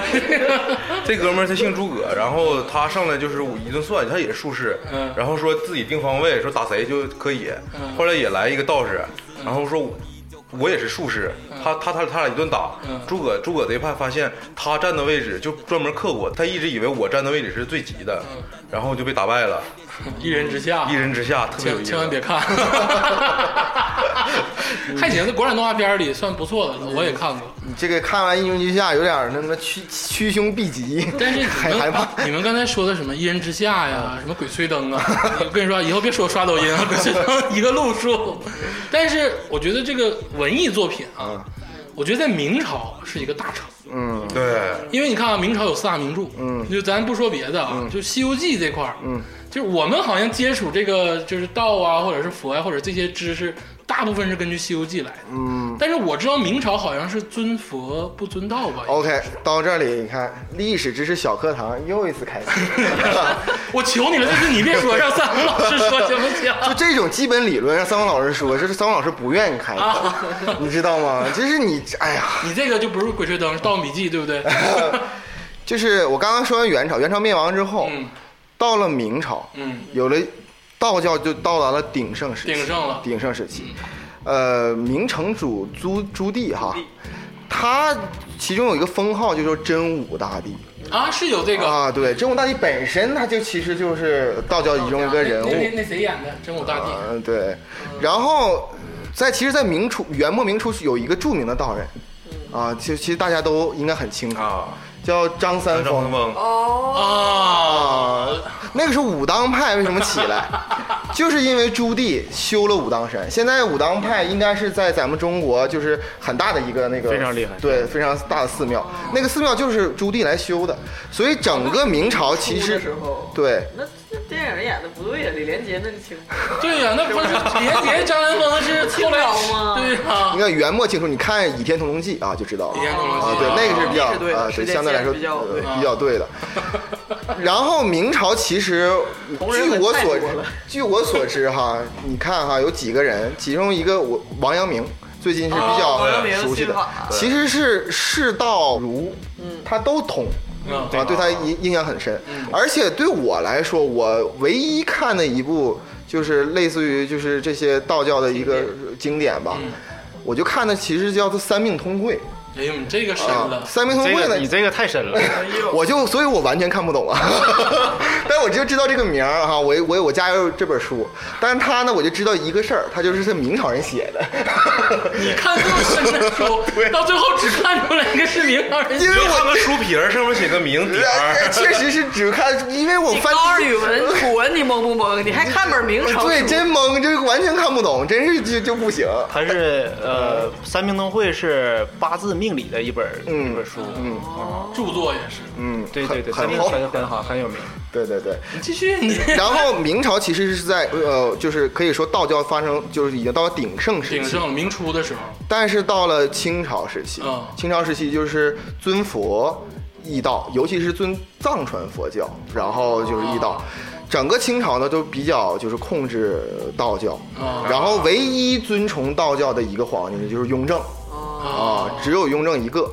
这哥们儿他姓诸葛，然后他上来就是我一顿算，他也是术士嗯，然后说自己定方位，说打谁就可以。后来也来一个道士，嗯然后说我。我也是术士，他他他他俩一顿打，嗯诸葛诸葛这一派发现他站的位置就专门克我，他一直以为我站的位置是最急的，嗯然后就被打败了，一人之下， [laughs] 一人之下特别有啊千意思。千万别看。还行，在国产动画片里算不错的了，我也看过。你这个看完《一怒之下》有点儿那么趋趋凶避吉，但是还你害们怕。嗯你们刚才说的什么一人之下呀，什么鬼吹灯啊，我跟你说，以后别说我刷抖音啊了，鬼吹灯一个路数。但是我觉得这个文艺作品啊，我觉得在明朝是一个大成。嗯对，因为你看啊，明朝有四大名著，嗯就咱不说别的啊，就《西游记》这块儿，嗯，就是我们好像接触这个就是道啊，或者是佛呀、或者这些知识，大部分是根据《西游记》来的。嗯。但是我知道明朝好像是尊佛不尊道吧？ OK，到这里你看历史知识小课堂又一 [laughs] 次开启，我求你了，这次你别说，让三红老师说行不 [laughs] 行？就这种基本理论让三王老师说，这是三王老师不愿意开啊的，你知道吗？就是你，哎呀，你这个就不是《鬼吹灯》，是《盗墓笔记》，对不 [laughs] 对？就是我刚刚说完元朝，元朝灭亡之后，嗯到了明朝，嗯，有了道教就到达了鼎盛时期，鼎盛了嗯鼎盛时期，呃，明成主朱朱棣哈，他其中有一个封号就叫真武大帝啊，是有这个。啊，对，真武大帝本身他就其实就是道教其中一个人那物那，那谁演的？真武大帝。嗯，对，然后在其实，在明初元末明初有一个著名的道人。啊，其实其实大家都应该很清楚，啊，叫张三张丰。三丰，哦，啊啊，那个时候武当派为什么起来，就是因为朱棣修了武当山。现在武当派应该是在咱们中国就是很大的一个那个非常厉害对，非常大的寺庙。那个寺庙就是朱棣来修的，所以整个明朝其初的实时候对那这电影演的不对呀，李连杰那情啊对呀、那不是连杰、张兰峰 [laughs] 是后来清朝吗对呀、啊嗯你看元末清初，你看《倚天屠龙记》啊就知道了。倚天屠龙记啊，对，那个是比较那是对的啊，时对，间相对来说线比较呃对啊比 [laughs] 较对的。然后明朝其实，同人据文我太所多了据我所知哈，你看哈，有几个人，其中一个我王阳明，最近是比较啊王阳明熟悉的信法，其实是释道儒，他都通。嗯啊，对他印印象很深，而且对我来说，我唯一看的一部就是类似于就是这些道教的一个经典吧，我就看的其实叫做《三命通会哎呦，你这个》深啊，《了，三命通这会》个呢你，这个太深了，我就所以，我完全看不懂啊， [laughs] 但我就知道这个名儿哈、我我我家有这本书，但是他呢，我就知道一个事儿，他就是是明朝人写的，你看这么深的书，到最后只看出来一个是明朝人 [laughs] 因 [laughs] 你为就看我。看书皮儿上面写个 [laughs] 名点哎儿，啊确实是只看，因为我你翻哦高二语文、古文你蒙不蒙？你还看本明朝书？ [laughs] 对，真懵，这个完全看不懂，真是就就不行。它是呃三命通会是八字命理的一本嗯一本书，嗯，著作也是。嗯，对对对，很很很好，很很好，很有名。对对对。你继续，你然后明朝其实是在呃，就是可以说道教发生就是已经到了鼎盛时鼎期，盛明初的时候，但是到了清朝时期嗯，清朝时期就是尊佛易道，尤其是尊藏传佛教，然后就是易道。整个清朝呢都比较就是控制道教，哦然后唯一尊崇道教的一个皇帝就是雍正。啊，只有雍正一个。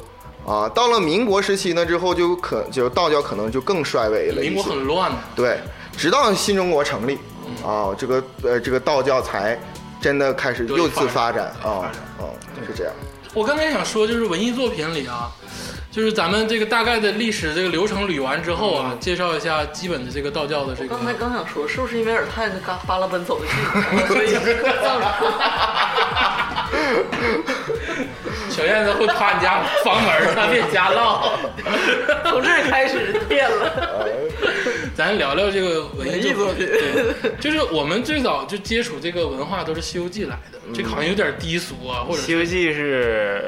啊，到了民国时期呢之后，就可就道教可能就更衰微了民一国些。很嗯乱的。对，直到新中国成立，啊，这个呃这个道教才真的开始对又次发发展啊发展，啊，是这样。我刚才想说，就是文艺作品里啊，就是咱们这个大概的历史这个流程捋完之后啊，嗯介绍一下基本的这个道教的这个。刚才刚想说，是不是因为尔泰那嘎巴拉奔走的近，所以造 [laughs] 成？小燕子会趴你家房门儿，咱别瞎唠。从这儿开始变了。咱聊聊这个文艺作品，文艺对，就是我们最早就接触这个文化都是《西游记》来的，这个好像有点低俗啊，或者《西是游记》是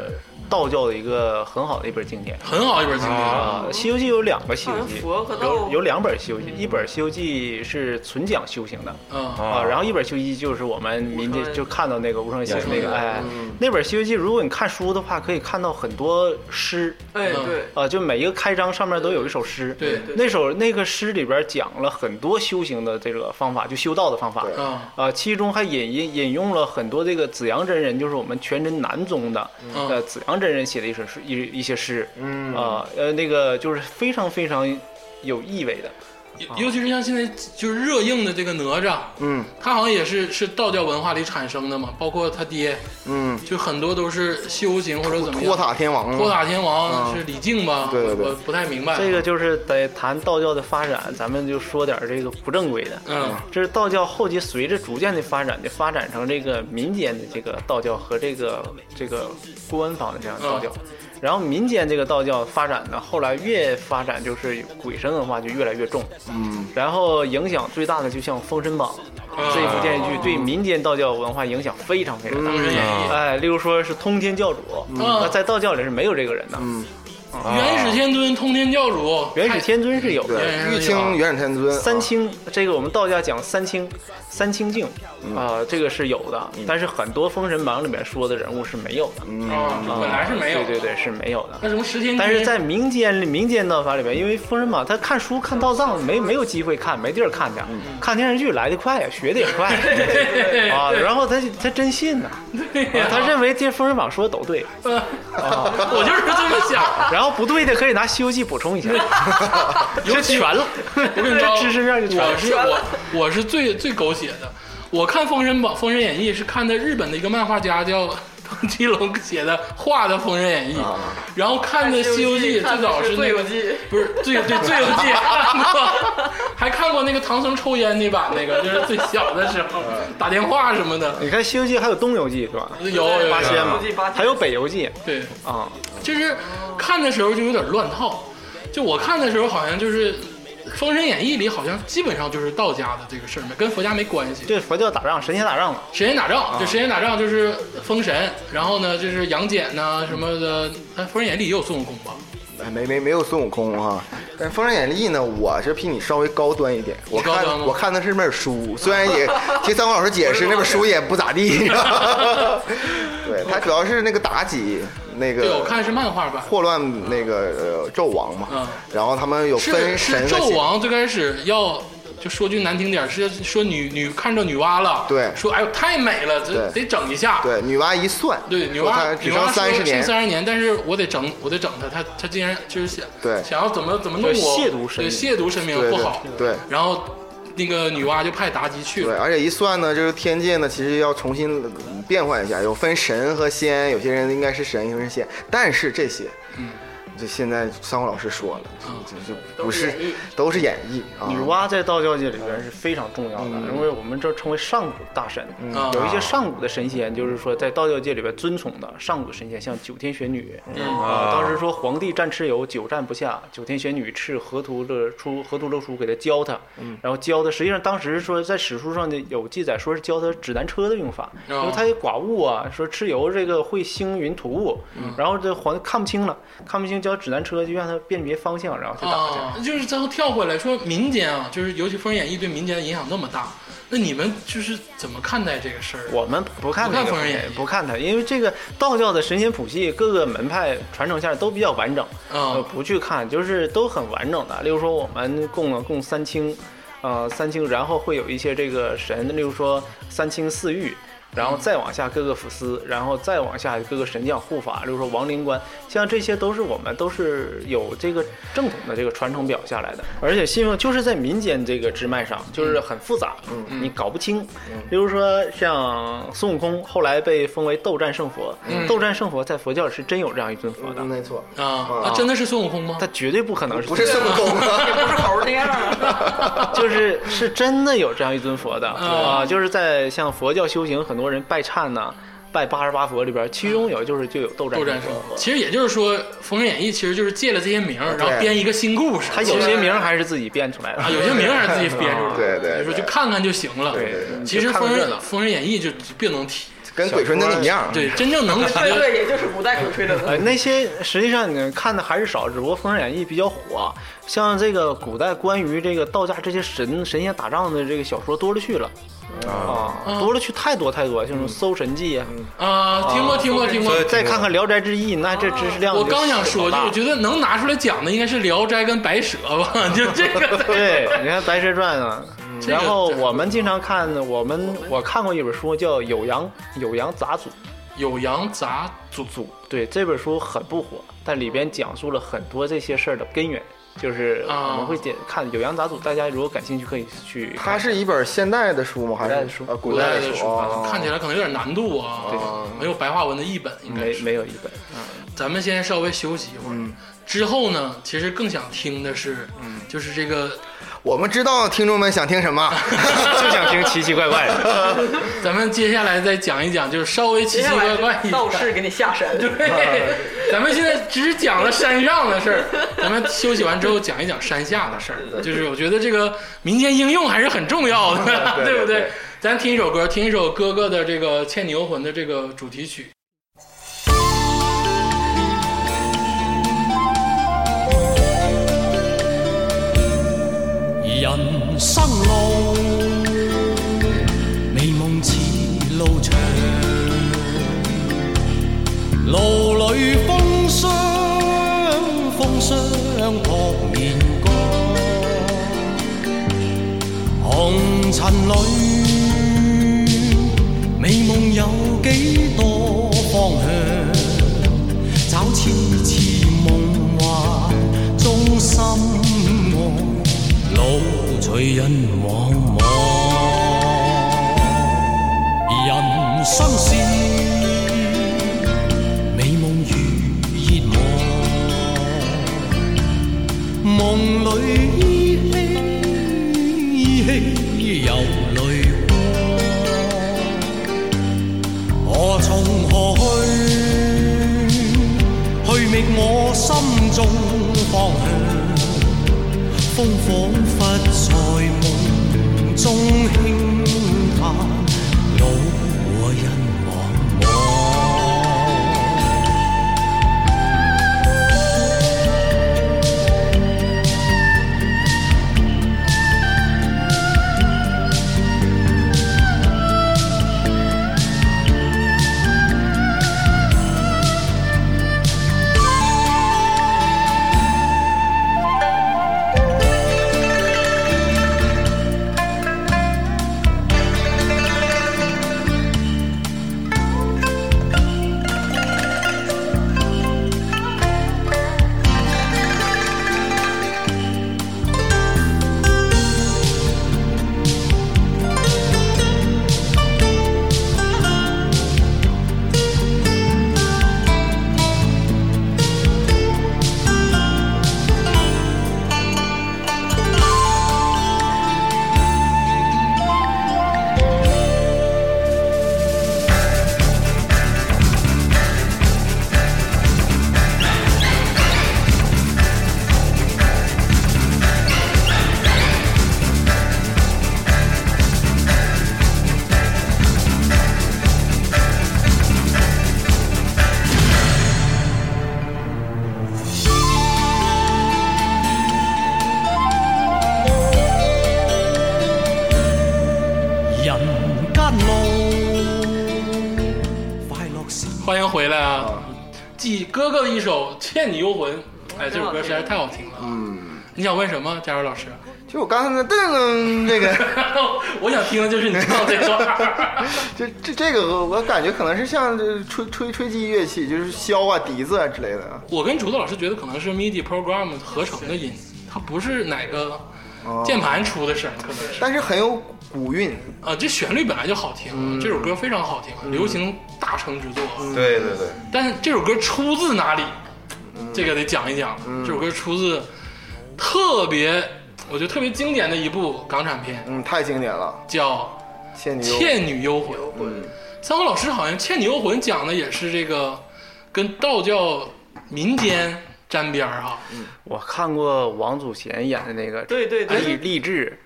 道教的一个很好的一本经典。很好一本经典啊。啊，《西游记》有两个《西游记佛和》，道有有两本《西游记》，一本《西游记》是纯讲修行的嗯哦啊，然后一本《西游记》就是我们民间无声就看到那个无声无仙声那个，的哎，嗯那本《西游记》如果你看书的话，可以看到很多诗。哎，对，啊，就每一个开章上面都有一首诗，对对那首那个诗里边讲了很多修行的这个方法，就修道的方法，对啊啊，其中还引引引用了很多这个紫阳真人，就是我们全真南宗的，嗯呃，紫阳真人写的一首诗一一些诗，呃嗯啊，呃，那个就是非常非常有意味的。尤尤其是像现在就是热映的这个哪吒，嗯他好像也是是道教文化里产生的嘛，包括他爹，嗯，就很多都是修行或者怎么托样。塔天王嘛，托塔天嗯王是李靖吧？对对对我不太明 [laughs] 白。这个就是得谈道教的发展，咱们就说点儿这个不正规的。嗯这是道教后期随着逐渐的发展，就发展成这个民间的这个道教和这个这个官方的这样的道教。然后民间这个道教发展呢，后来越发展就是鬼神文化就越来越重，嗯，然后影响最大的就像《封神榜》嗯这部电视剧，对民间道教文化影响非常非常大。封神演义哎，例如说是通天教主，那在道教里是没有这个人的，元始天尊、通天教主、元啊始天尊是有的，对，玉清元始天尊，呃三啊清，这个我们道家讲三清，三清镜嗯啊、这个是有的，但是很多《封神榜》里面说的人物是没有的，太啊，啊本来是没有。嗯对对对，是没有的。那什么十天君？但是在民间里民间道法里面，因为《封神榜》他看 [laughs] 书看道藏没没有机会看，没地儿看去，嗯看电视剧来得快呀，学的也 [laughs] 快啊，然后他就他真信呐、啊他认为这《封神榜》说的 [laughs] 都对，呃，我就是这么 [laughs] 想。然后不对的可以拿《西游记》补充 [laughs] 一下，就全了，我跟你说，知识面就全我了。是我我是最最狗血的。我看《封神榜》《封神演义》是看的日本的一个漫画家叫藤崎龙写的画的《封神演义》啊然后看的《西游记》，最早是那个看的是《醉游记不是最对《醉游记》 [laughs] 看过，还看过那个唐僧抽烟那版，那个就是最小的时候嗯打电话什么的，你看《西游记》还有《东游记》是吧？有有有八仙嘛嘛游记八，仙还有《北游记》对。啊，就是看的时候就有点乱套。就我看的时候，好像就是《封神演义》里好像基本上就是道家的这个事儿，没跟佛家没关系。这佛教打仗，神仙打仗嘛。神仙打仗，啊就神仙打仗就是封神，然后呢就是杨戬呐、什么的。哎，《封神演义》也有孙悟空吧？哎没没没有孙悟空哈，但《封神演义》呢，我是比你稍微高端一点。我高看端吗我看的是那本书，虽 [laughs] 然也听三光老师解释，那本书也不咋地。你知道吗对，它主要是那个妲己那对，我个看是漫画版。霍乱那个呃纣王嗯嘛，然后他们有是分是神和纣仙。王最开始要。就说句难听点儿，是说女女看着女娲了，对说哎呦太美了，这对得整一下，对，女娲一算，对，女说娲她女只娲剩说三十年剩，三十年，但是我得整，我得整她，她她竟然就是想对想要怎么怎么弄我，就亵渎神对明亵渎神明对不对好，对然后那个女娲就派妲己去对，了，而且一算呢，就是天界呢，其实要重新变换一下，有分神和仙，有些人应该是神，有些人是仙，但是这些，就现在三虎老师说了，就就不是都是演绎啊，女娲在道教界里边是非常重要的，因为我们这称为上古大神，啊有一些上古的神仙，就是说在道教界里边尊崇的上古神仙，像九天玄女，啊，当时说皇帝战蚩尤久战不下，九天玄女赐河图勒出河图勒书给他教他，然后教他，实际上当时说在史书上的有记载，说是教他指南车的用法，哦因为他也寡悟啊，说蚩尤这个会星云吐雾，然后这皇看不清了，看不清教指南车就让他辨别方向，然后去打去。啊，就是最后跳回来说民间啊，就是尤其《封神演义》对民间的影响那么大，那你们就是怎么看待这个事儿？我们不看不那看个封神演义不看它，因为这个道教的神仙谱系各个门派传承下来都比较完整，嗯呃，不去看就是都很完整的。例如说我们供了供三清，呃，三清，然后会有一些这个神，例如说三清四御。然后再往下各个府司，然后再往下各个神将护法，例如说王灵官，像这些都是我们都是有这个正统的这个传承表下来的，而且信奉就是在民间这个支脉上，就是很复杂，嗯，你搞不清。例如说像孙悟空后来被封为斗战胜佛，斗战胜佛在佛教里是真有这样一尊佛的嗯，，没错，啊啊，真的是孙悟空吗？他绝对不可能是不是孙悟空啊，不是猴那样啊， [laughs] 就是是真的有这样一尊佛的嗯啊，就是在像佛教修行，很多人拜忏呐、拜八十八佛里边，其中有就是就有斗战斗战胜胜佛佛，。其实也就是说，《封神演义》其实就是借了这些名儿，然后对编一个新故事。他有些名儿还是自己变出 [laughs] 来的啊，有些名儿还是自己编出来的，对对所以说对就看看就行了。对对对其实《就看个封热神闹封神演义》就就别能提，跟鬼吹灯一样，对，真正能提对的，对，也就是古代鬼吹呃，灯。那些实际上你看的还是少，只不过《封神演义》比较火。像这个古代关于这个道家这些神神仙打仗的这个小说多了去了啊，多了去太多太多，像什么《搜神记》啊，啊，听过听过听过。所以再看看《聊斋志异》，那这知识量我就刚想说，是就老大我觉得能拿出来讲的应该是《聊斋》跟《白蛇》吧，就这 [laughs] 个。对，你看《白蛇传》啊。这个然后我们经常看，我们我看过一本书叫《酉阳酉阳杂俎》，酉阳杂俎，对这本书很不火，但里边讲述了很多这些事儿的根源。就是我啊们会点看《酉阳杂俎》，大家如果感兴趣可以去看。它是一本现代的书吗？还古代的是书啊，古古代代的书书啊，看起来可能有点难度啊，没有白话文的译本，应该没是。没有一本，咱们先稍微休息一会儿，之后呢，其实更想听的是，就是这个我们知道听众们想听什么， [laughs] 就想听奇奇怪怪的。咱们接下来再讲一讲，就是稍微奇接奇下怪怪来一是道点。士给你下山，对， [laughs] 咱们现在只讲了山上的事儿，咱们休息完之后讲一讲山下的事儿。就是我觉得这个民间应用还是很重要的，对不对？咱听一首歌，听一首哥哥的这个《倩女幽魂》的这个主题曲。人生路，美梦似路长，路里风霜，风霜扑面干，红尘里，美梦有几多方向？找次次夢幻，中心愛，路隨人茫茫。人生是美夢與熱望，夢裏依稀依稀有淚光。我從何去？去覓我心中方向。風彷彿在夢中輕嘆，路和人茫茫。人間路，快樂是欢迎回来啊！继哥哥的一首《倩女幽魂》，哎，这首歌实在是太好听了。嗯，你想问什么，佳茹老师？ [laughs] 就我刚才那噔噔这个。我想听的就是你唱这段儿。这这这个我我感觉可能是像这吹吹吹击乐器，就是箫啊、笛子啊之类的啊。我跟竹子老师觉得可能是 MIDI program 合成的音，它不是哪个键盘出的声儿，可能是。但是很有古韵，啊，这旋律本来就好听，这首歌非常好听，流行大成之作。对对对，但是这首歌出自哪里？这个得讲一讲。这首歌出自特别，我觉得特别经典的一部港产片，嗯，太经典了，叫《《倩女幽魂》。倩女幽魂》。三虎老师好像《倩女幽魂》讲的也是这个跟道教民间沾边儿哈。我看过王祖贤演的那个，对对对励励志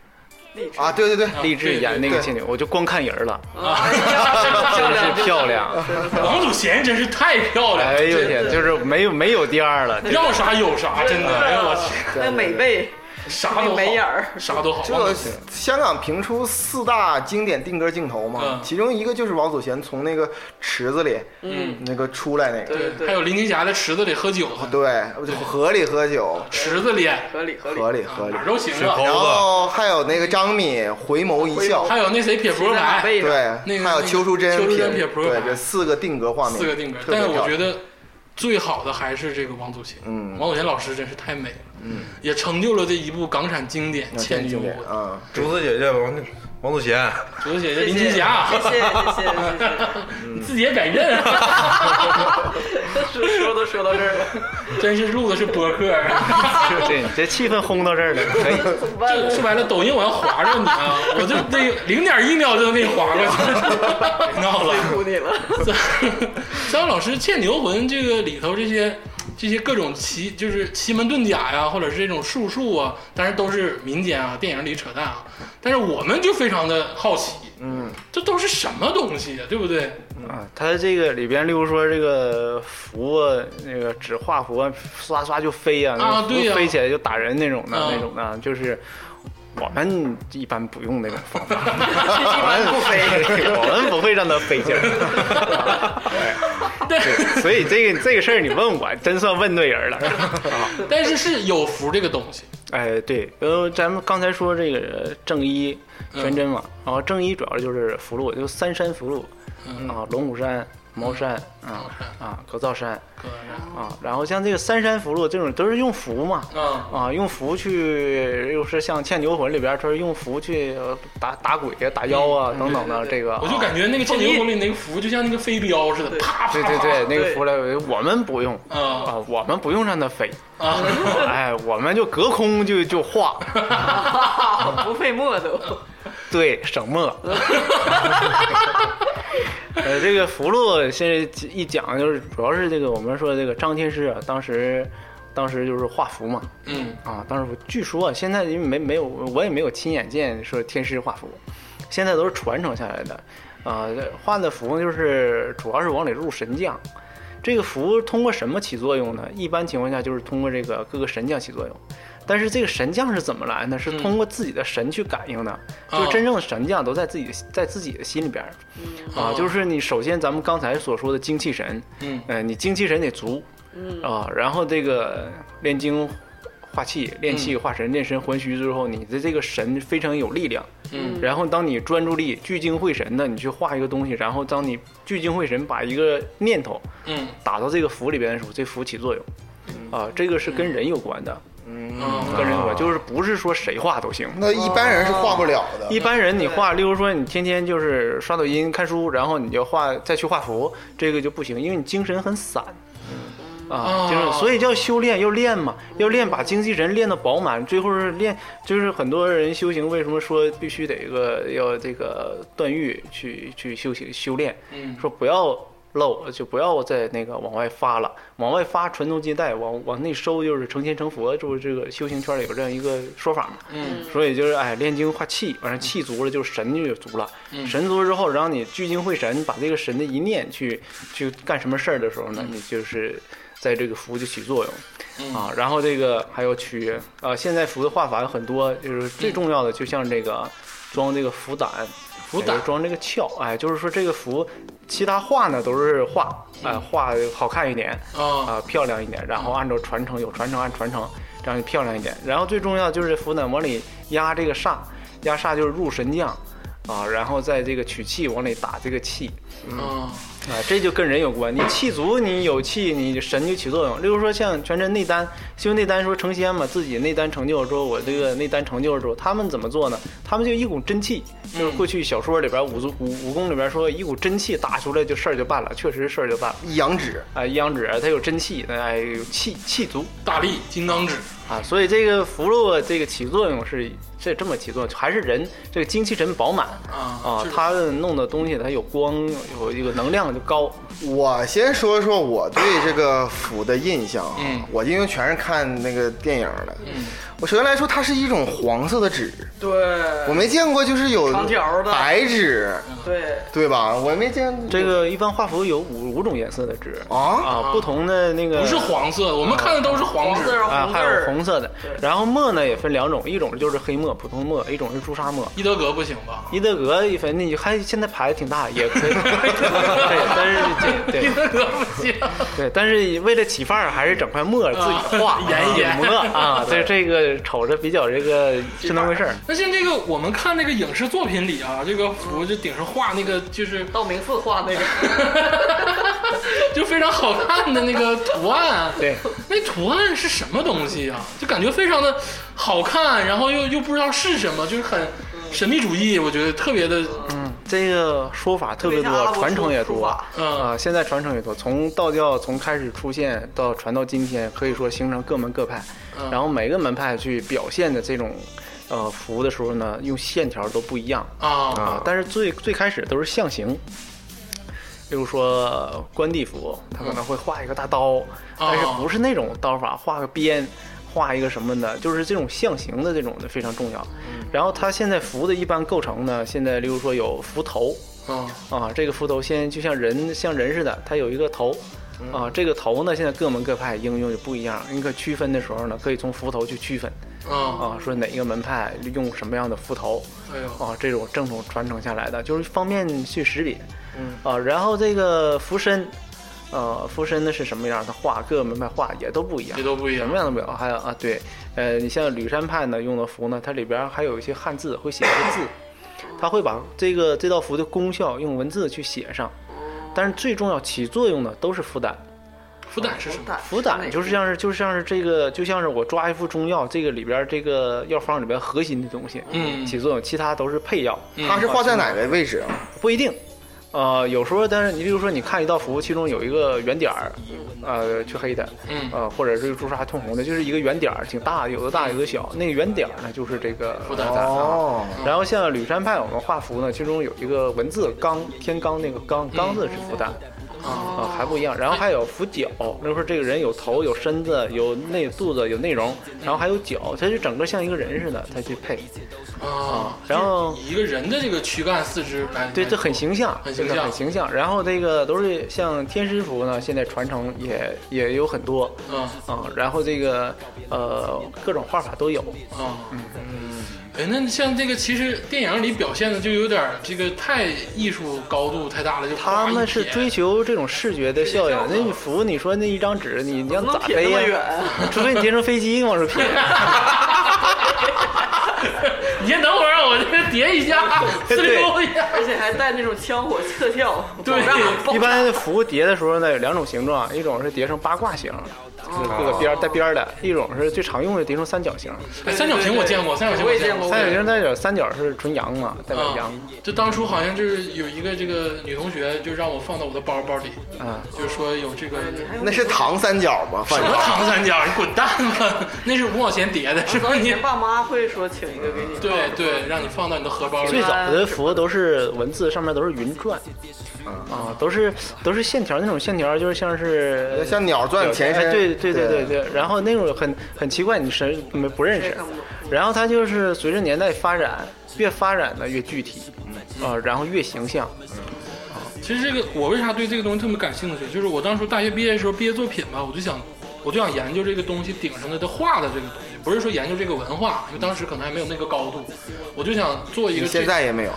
励志啊，对对对，嗯励志演那对个对倩女，我就光看人儿了，啊哎呀 [laughs] 真漂的亮是漂亮。王祖贤真是太漂亮了，哎呦这天，就是没有没有第二了。要啥有啥，真的，哎呦我天，那个美背，啥那都个好，眉眼儿，啥都好。这香港评出四大经典定格镜头嘛嗯，其中一个就是王祖贤从那个池子里，嗯，那个出来那个，对还对，有林青霞在池子里喝酒，对，就河里喝酒，池子里啊哪合理合理。河里河里儿。都行水啊。然猴后还有那个张敏回眸一笑回，还有那谁撇骑波在马牌，背上，对，那个还有那个邱淑贞邱淑贞撇撇扑克对，牌这四个定格画面，四个定格，特别但是漂我亮觉得最好的还是这个王祖贤，嗯王祖贤老师真是太美了，嗯，也成就了这一部港产经典《倩女幽魂》。啊，竹子姐姐王王祖贤，啊竹子姐姐谢林谢青霞，啊谢谢谢谢谢谢。 [laughs] 你自己也改认啊，说说都说到这儿 [laughs] 了，真是录的是播客啊。对，这气氛烘到这儿了，可以。怎么办这呢？哎说白了，抖音我要划着你啊，我就那零点一秒就能给你划过去，别闹 [laughs] 了。哭你了，三三好老师《倩女幽魂》这个里头这些这些各种奇就是奇门遁甲呀，或者是这种术数啊，当然都是民间啊，电影里扯淡啊。但是我们就非常的好奇，嗯，这都是什么东西呀、对不对？啊，它这个里边，例如说这个符啊，那个纸画符啊，刷刷就飞呀、那啊个符对呀飞起来就打人那种的，啊那种的，就是我们一般不用那种方法，一般不飞。 [laughs] 我们不会让它飞起来。 [laughs] 但对，所以这个这个事儿你问我，真算问对人了。但是是有符这个东西，哎，对，呃，咱们刚才说这个正一玄真嘛，然后正一主要就是符箓，就三山符箓，啊，龙虎山、茅山啊啊，格造山可啊，然后像这个三山符箓这种都是用符嘛，啊啊，用符去，又是像《倩女幽魂》里边，它是用符去呃打打鬼啊、打妖啊等等的对对这个啊。我就感觉那个《倩女幽魂》里那个符就像那个飞镖似的，对啪啪对啪对对，那对个符来，我们不用啊啊，我们不用让它飞， [laughs] 啊！哎，我们就隔空就就画，不费墨都，对，省墨。呃，这个符箓现在一讲就是，主要是这个我们说这个张天师啊，当时当时就是画符嘛，嗯，啊，当时我据说啊，现在因为没没有，我也没有亲眼见说天师画符，现在都是传承下来的。啊、这画的符就是主要是往里入神将，这个符通过什么起作用呢？一般情况下就是通过这个各个神将起作用。但是这个神将是怎么来呢？是通过自己的神去感应的，嗯哦就是真正的神将都在自己在自己的心里边儿，啊，就是你首先咱们刚才所说的精气神，哦嗯呃，你精气神得足，嗯啊，然后这个炼精化气、炼气化神、炼神还虚之后，你的这个神非常有力量。嗯，然后当你专注力聚精会神的，你去画一个东西，然后当你聚精会神把一个念头嗯打到这个符里边的时候，这符起作用。啊，这个是跟人有关的，嗯跟人有关，就是不是说谁画都行。那一般人是画不了的。一般人你画，例如说你天天就是刷抖音、看书，然后你就画再去画符，这个就不行，因为你精神很散。啊，精神，所以叫修炼，要练嘛，要练把精气神练得饱满，最后是练，就是很多人修行为什么说必须得一个要这个断欲去去修行修炼，嗯说不要漏，就不要再那个往外发了，往外发传宗接代，往往内收就是成仙成佛，就是这个修行圈里有这样一个说法嘛，嗯所以就是哎，炼精化气，完了气足了，就是神就足了。嗯神足了之后，然后你聚精会神，把这个神的一念去去干什么事儿的时候嗯呢，你就是在这个符就起作用、啊。然后这个还有取啊、呃现在符的画法有很多，就是最重要的，就像这个装这个符胆。符胆装这个鞘，哎，就是说这个符，其他画呢都是画，哎，画好看一点，啊啊、漂亮一点，然后按照传承有传承按传承，这样就漂亮一点。然后最重要就是符胆往里压这个煞，压煞就是入神将，啊，然后在这个取气往里打这个气，啊啊，这就跟人有关。你气足，你有气，你神就起作用。例如说像全真内丹，修内丹说成仙嘛，自己内丹成就了之后，我这个内丹成就了之后，他们怎么做呢？他们就一股真气，就是过去小说里边武术武武功里边说一股真气打出来就事儿就办了，确实事儿就办了。一阳指，啊，一阳指它有真气，哎，有气气足大力金刚指，啊，所以这个符箓啊这个起作用是这这么起作用，还是人这个精气神饱满啊啊是，它弄的东西它有光，有一个能量就高。我先说说我对这个符的印象啊，嗯我因为全是看那个电影的。嗯我首先来说，它是一种黄色的纸， [laughs] 对我没见过就是有长条的白纸，对，对吧？我没见嗯这个一般画符有五五种颜色的纸啊，啊，不同的那个不是黄嗯色，我们看的都是黄黄纸字，儿啊，红字还有儿，红色的。然后墨呢也分两种，一种就是黑墨，普通墨；一种是朱砂墨。伊德格不行吧？伊德格一分，你还现在牌子挺大，也可以。对，但是 [laughs] 这对伊德格不行，对，但是为了起范儿，还是整块墨 [laughs] 自己画、啊研一研抹 [laughs] 啊。对，这个瞅着比较这个是那回事儿。 [laughs] 那像这个我们看那个影视作品里啊，这个符就顶上画那个就是道明寺画那个， [laughs] 就非常好看的那个图案。啊对，那图案是什么东西啊？就感觉非常的好看，然后又又不知道是什么，就是很神秘主义，我觉得特别的，这个说法特别特别像阿拉多，伯传承也书多法啊、嗯现在传承也多，从道教从开始出现到传到今天，可以说形成各门各派。嗯然后每个门派去表现的这种呃服的时候呢，用线条都不一样啊啊、但是最最开始都是象形。例如说呃关帝服，他可能会画一个大刀，但是不是那种刀法，画个鞭，画一个什么的，就是这种象形的这种的非常重要。然后它现在服的一般构成呢，现在例如说有服头，啊啊，这个斧头现在就像人像人似的，它有一个头。啊，这个头呢，现在各门各派应用就不一样。你可区分的时候呢，可以从斧头去区分啊！啊，说哪一个门派用什么样的斧头哎呦，啊，这种正统传承下来的，就是方便去识别。嗯啊，然后这个符身，呃，符身呢是什么样？它画各个门派画也都不一样这，都不一什样么样的表还有啊，对，呃，你像吕山派呢用的符呢，它里边儿还有一些汉字，会写一些字，它会把这个这道符的功效用文字去写上。但是最重要起作用的都是符胆，福胆是什么？符胆就是像是就像是这个就像是我抓一副中药，这个里边儿这个药方里边儿核心的东西，嗯起作用，其他都是配药。它是画在哪个位置啊？不一定。呃，有时候，但是你比如说，你看一道符，其中有一个圆点儿，呃，去黑的，嗯呃，或者是朱砂通红的，就是一个圆点儿，挺大，有的大，有的小。那个圆点儿呢，就是这个符胆啊哦，然后像吕山派，我们画符呢，其中有一个文字“刚”，天罡那个“刚”，刚字是符胆，啊、还不一样。然后还有符脚，那时候这个人有头、有身子、有内肚子、有内容，然后还有脚，他就整个像一个人似的，他去配。啊，然后就是以一个人的这个躯干、四肢来，对，这很形象，很形真的象很形象。然后这个都是像天师符呢，现在传承也也有很多，嗯嗯，然后这个呃各种画法都有，啊，嗯，哎，那像这个其实电影里表现的就有点儿这个太艺术高度太大了，就他们是哗一撇追 [laughs] 求这种视觉的效应。那你符，你说那一张纸，你你让咋撇那飞么呀？远，除非你叠成飞机往上撇， [laughs] 你先等会儿，啊我这叠一下， [laughs] 四溜一下。 [laughs] 而且还带那种枪火特效，对爆炸一般符叠的时候呢，有两种形状，一种是叠成八卦形，就是各个边儿带边儿的；一种是最常用的叠成三角形。哎，三角形我见过，三角形我也见见过三角形代表三角是纯阳嘛，代表啊阳，，就当初好像就是有一个这个女同学，就让我放到我的包包里，嗯。就是说有这个那是糖三角吧？反什正么糖三角，你滚蛋吧！那是五毛钱叠的，是不所是以以你前？爸妈会说请一个给你，对对，让你放到你的荷包最里早。的符都是文字，上面都是云篆，啊，都是都是线条，那种线条就是像是像鸟转前身，哎对对对对对，然后那种很很奇怪，你谁没不认识看不懂，然后它就是随着年代发展，越发展的越具体，啊，然后越形象，其实这个我为啥对这个东西特别感兴趣，就是我当初大学毕业的时候，毕业作品吧，我就想，我就想研究这个东西顶上的它画的这个东西，不是说研究这个文化，因为当时可能还没有那个高度，我就想做一个这。你现在也没有。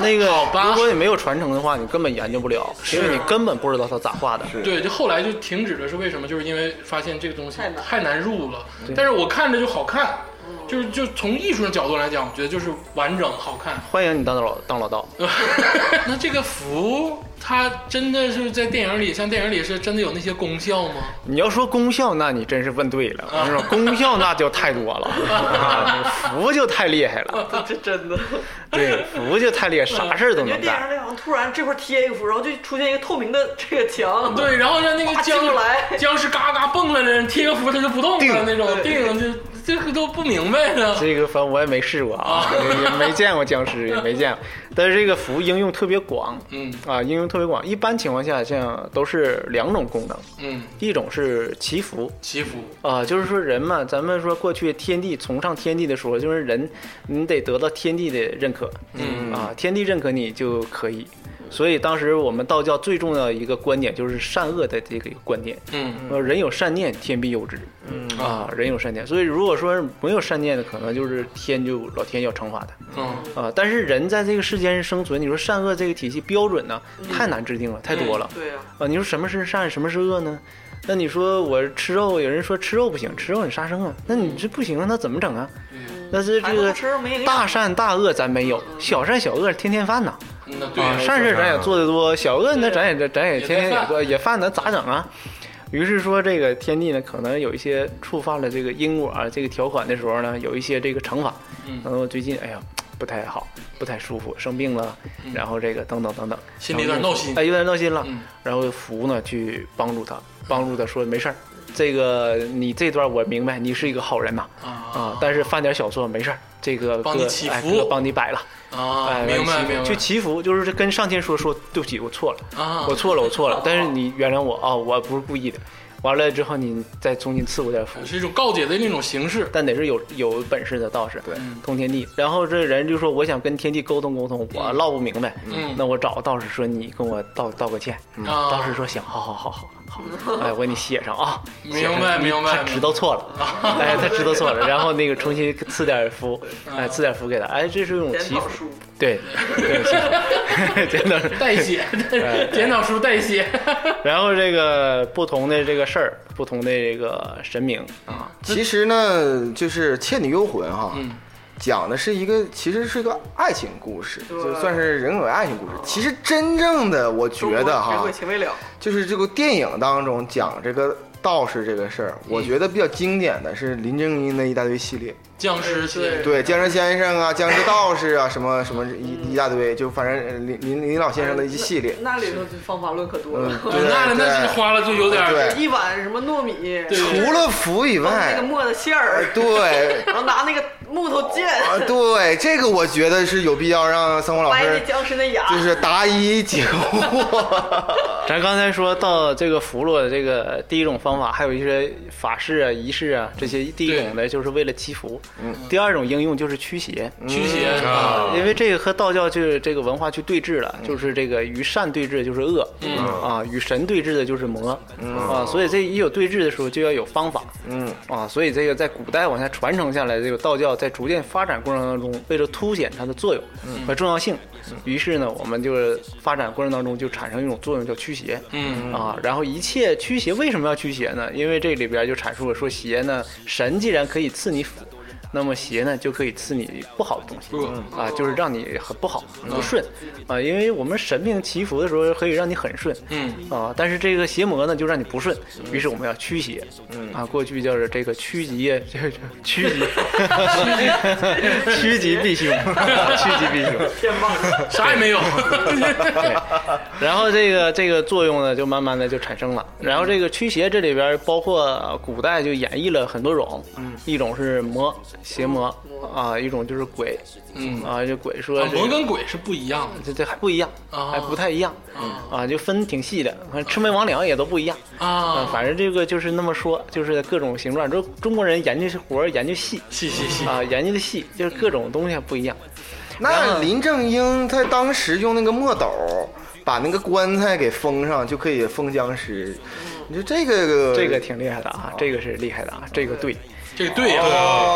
那个好吧如果你没有传承的话，你根本研究不了，因为你根本不知道它咋画的， [laughs] 对，就后来就停止了，是为什么？就是因为发现这个东西太难太难入了。但是我看着就好看，就是就从艺术的角度来讲，我觉得就是完整好看。欢迎你当老当老道， [laughs] 那这个符，它真的是在电影里，像电影里是真的有那些功效吗？你要说功效，那你真是问对了。我跟你说，功效那就太多了，啊福就太厉害了。这真的。 [laughs] 对，福就太厉害，啥事儿都感觉能电影 [laughs] 干。里好像突然这块贴一个符，然后就出现一个透明的这个墙，对，然后让那个哇进僵嗯不来僵尸嘎嘎蹦来了，贴个符它就不动了定那种，定就这个都不明白了。这个反正我也没试过啊，也没见过僵尸，也没见过。但是这个福应用特别广，嗯啊，应用特别广。一般情况下，像都是两种功能，嗯，一种是祈福，祈福啊，就是说人嘛，咱们说过去天地崇尚天地的时候，就是人，你得得到天地的认可，嗯啊，天地认可你就可以。所以当时我们道教最重要的一个观点就是善恶的这个观点，嗯，呃，人有善念，天必佑之，嗯啊，人有善念，所以如果说没有善念的，可能就是天就老天要惩罚他，嗯啊，但是人在这个世间生存，你说善恶这个体系标准呢，太难制定了，太多了，嗯对呀，啊，你说什么是善，什么是恶呢？那你说我吃肉，有人说吃肉不行，吃肉很杀生啊。那你这不行啊，那怎么整啊？那是这孩子个嗯不吃肉没营养大善大恶咱没有，小善小恶天天饭呐。那对啊，善事咱也做得多，小恶呢咱也咱也也天天在也犯做也犯呢，咋整啊？于是说这个天帝呢，可能有一些触犯了这个因果啊这个条款的时候呢，有一些这个惩罚。嗯然后最近哎呀不太好，不太舒服，生病了，然后这个等等等等，嗯心里有点闹心哎，有点闹心了嗯。然后福呢去帮助他，帮助他说没事儿，这个你这段我明白，你是一个好人呐啊啊，但是犯点小错没事儿，这个帮你哥祈哎福哥帮你摆了。啊，哎，明白祈福明白，去祈福，就是跟上天说说，对不起，我错了，啊我错了，我错了，但是你原谅我啊、我不是故意的。完了之后，你再重新赐我点福，是一种告解的那种形 [laughs] 式。但得是有有本事的道士，对通天地。然后这人就说，我想跟天地沟通沟通，我唠不明白，嗯那我找道士说，你跟我道道个歉。啊道士说行，好好好好好，哎，我给你写上啊，明白写上明白他知道错了，哎，他知道错了，然后那个重新赐点福，哎，赐点福给他，哎，这是一种检祈讨福，书，对，对不 [laughs] 起，真的是。代写， [laughs] 检讨书代写，然后这个不同的这个事儿，不同的这个神明啊，其实呢，就是《倩女幽魂》哈，嗯讲的是一个其实是一个爱情故事，对就算是人偶爱情故事。其实真正的我觉得中国哈人，情未了，就是这个电影当中讲这个道士这个事儿，嗯我觉得比较经典的是林正英的一大堆系列， [laughs] 僵尸写，对僵尸先生啊、僵尸道士啊，什么什么一一大堆，就反正林林林老先生的一系列。那里头就方法论可多嗯，了。对那那是对花了就有点儿 [laughs] 对一碗什么糯米，对除了福以然后那外个，磨的馅儿，哎对，然后拿那个木头剑啊，对，这个我觉得是有必要让三虎老 [laughs] 掰师那僵尸的 [laughs] 牙，就是答疑解惑。咱刚才说到这个符箓，这个第一种方法，还有一些法事啊、仪式啊，这些第一种的就是为了祈福，第二种应用就是驱邪，嗯驱邪啊，嗯啊因为这个和道教就是这个文化去对峙了，就是这个与善对峙就是恶，啊，与神对峙的就是魔，嗯啊，所以这一有对峙的时候就要有方法，嗯，啊，所以这个在古代往下传承下来，这个道教在逐渐发展过程当中，为了凸显它的作用嗯和重要性，于是呢，我们就是发展过程当中就产生一种作用叫驱邪，嗯啊，然后一切驱邪为什么要驱邪呢？因为这里边就阐述了说邪呢，神既然可以赐你福，那么邪呢就可以赐你不好的东西，不啊，就是让你很不好、很不顺，啊，因为我们神明祈福的时候可以让你很顺，嗯啊，但是这个邪魔呢，就让你不顺，于是我们要驱邪，嗯啊，过去叫是这个趋吉，这个 [laughs] 趋吉，趋吉避凶， [laughs] 趋吉避凶。天棒，啥也没有，对，然后这个这个作用呢，就慢慢的就产生了。然后这个驱邪这里边包括古代就演绎了很多种，嗯一种是魔邪魔啊，一种就是鬼嗯，啊，就鬼说啊这魔个跟鬼是不一样的这这还不一样，啊还不太一样啊啊，就分挺细的，反正魑魅魍魉也都不一样。啊， [laughs] 啊，反正这个就是那么说，就是各种形状。中中国人研究活儿研究细细细细，啊，研究的细，就是各种东西还不一样。然 [laughs] 那后林正英他当时用那个墨斗把那个棺材给封上，就可以封僵尸。你说这个这个挺厉害的啊，这个是厉害的啊，这个对。这个对啊，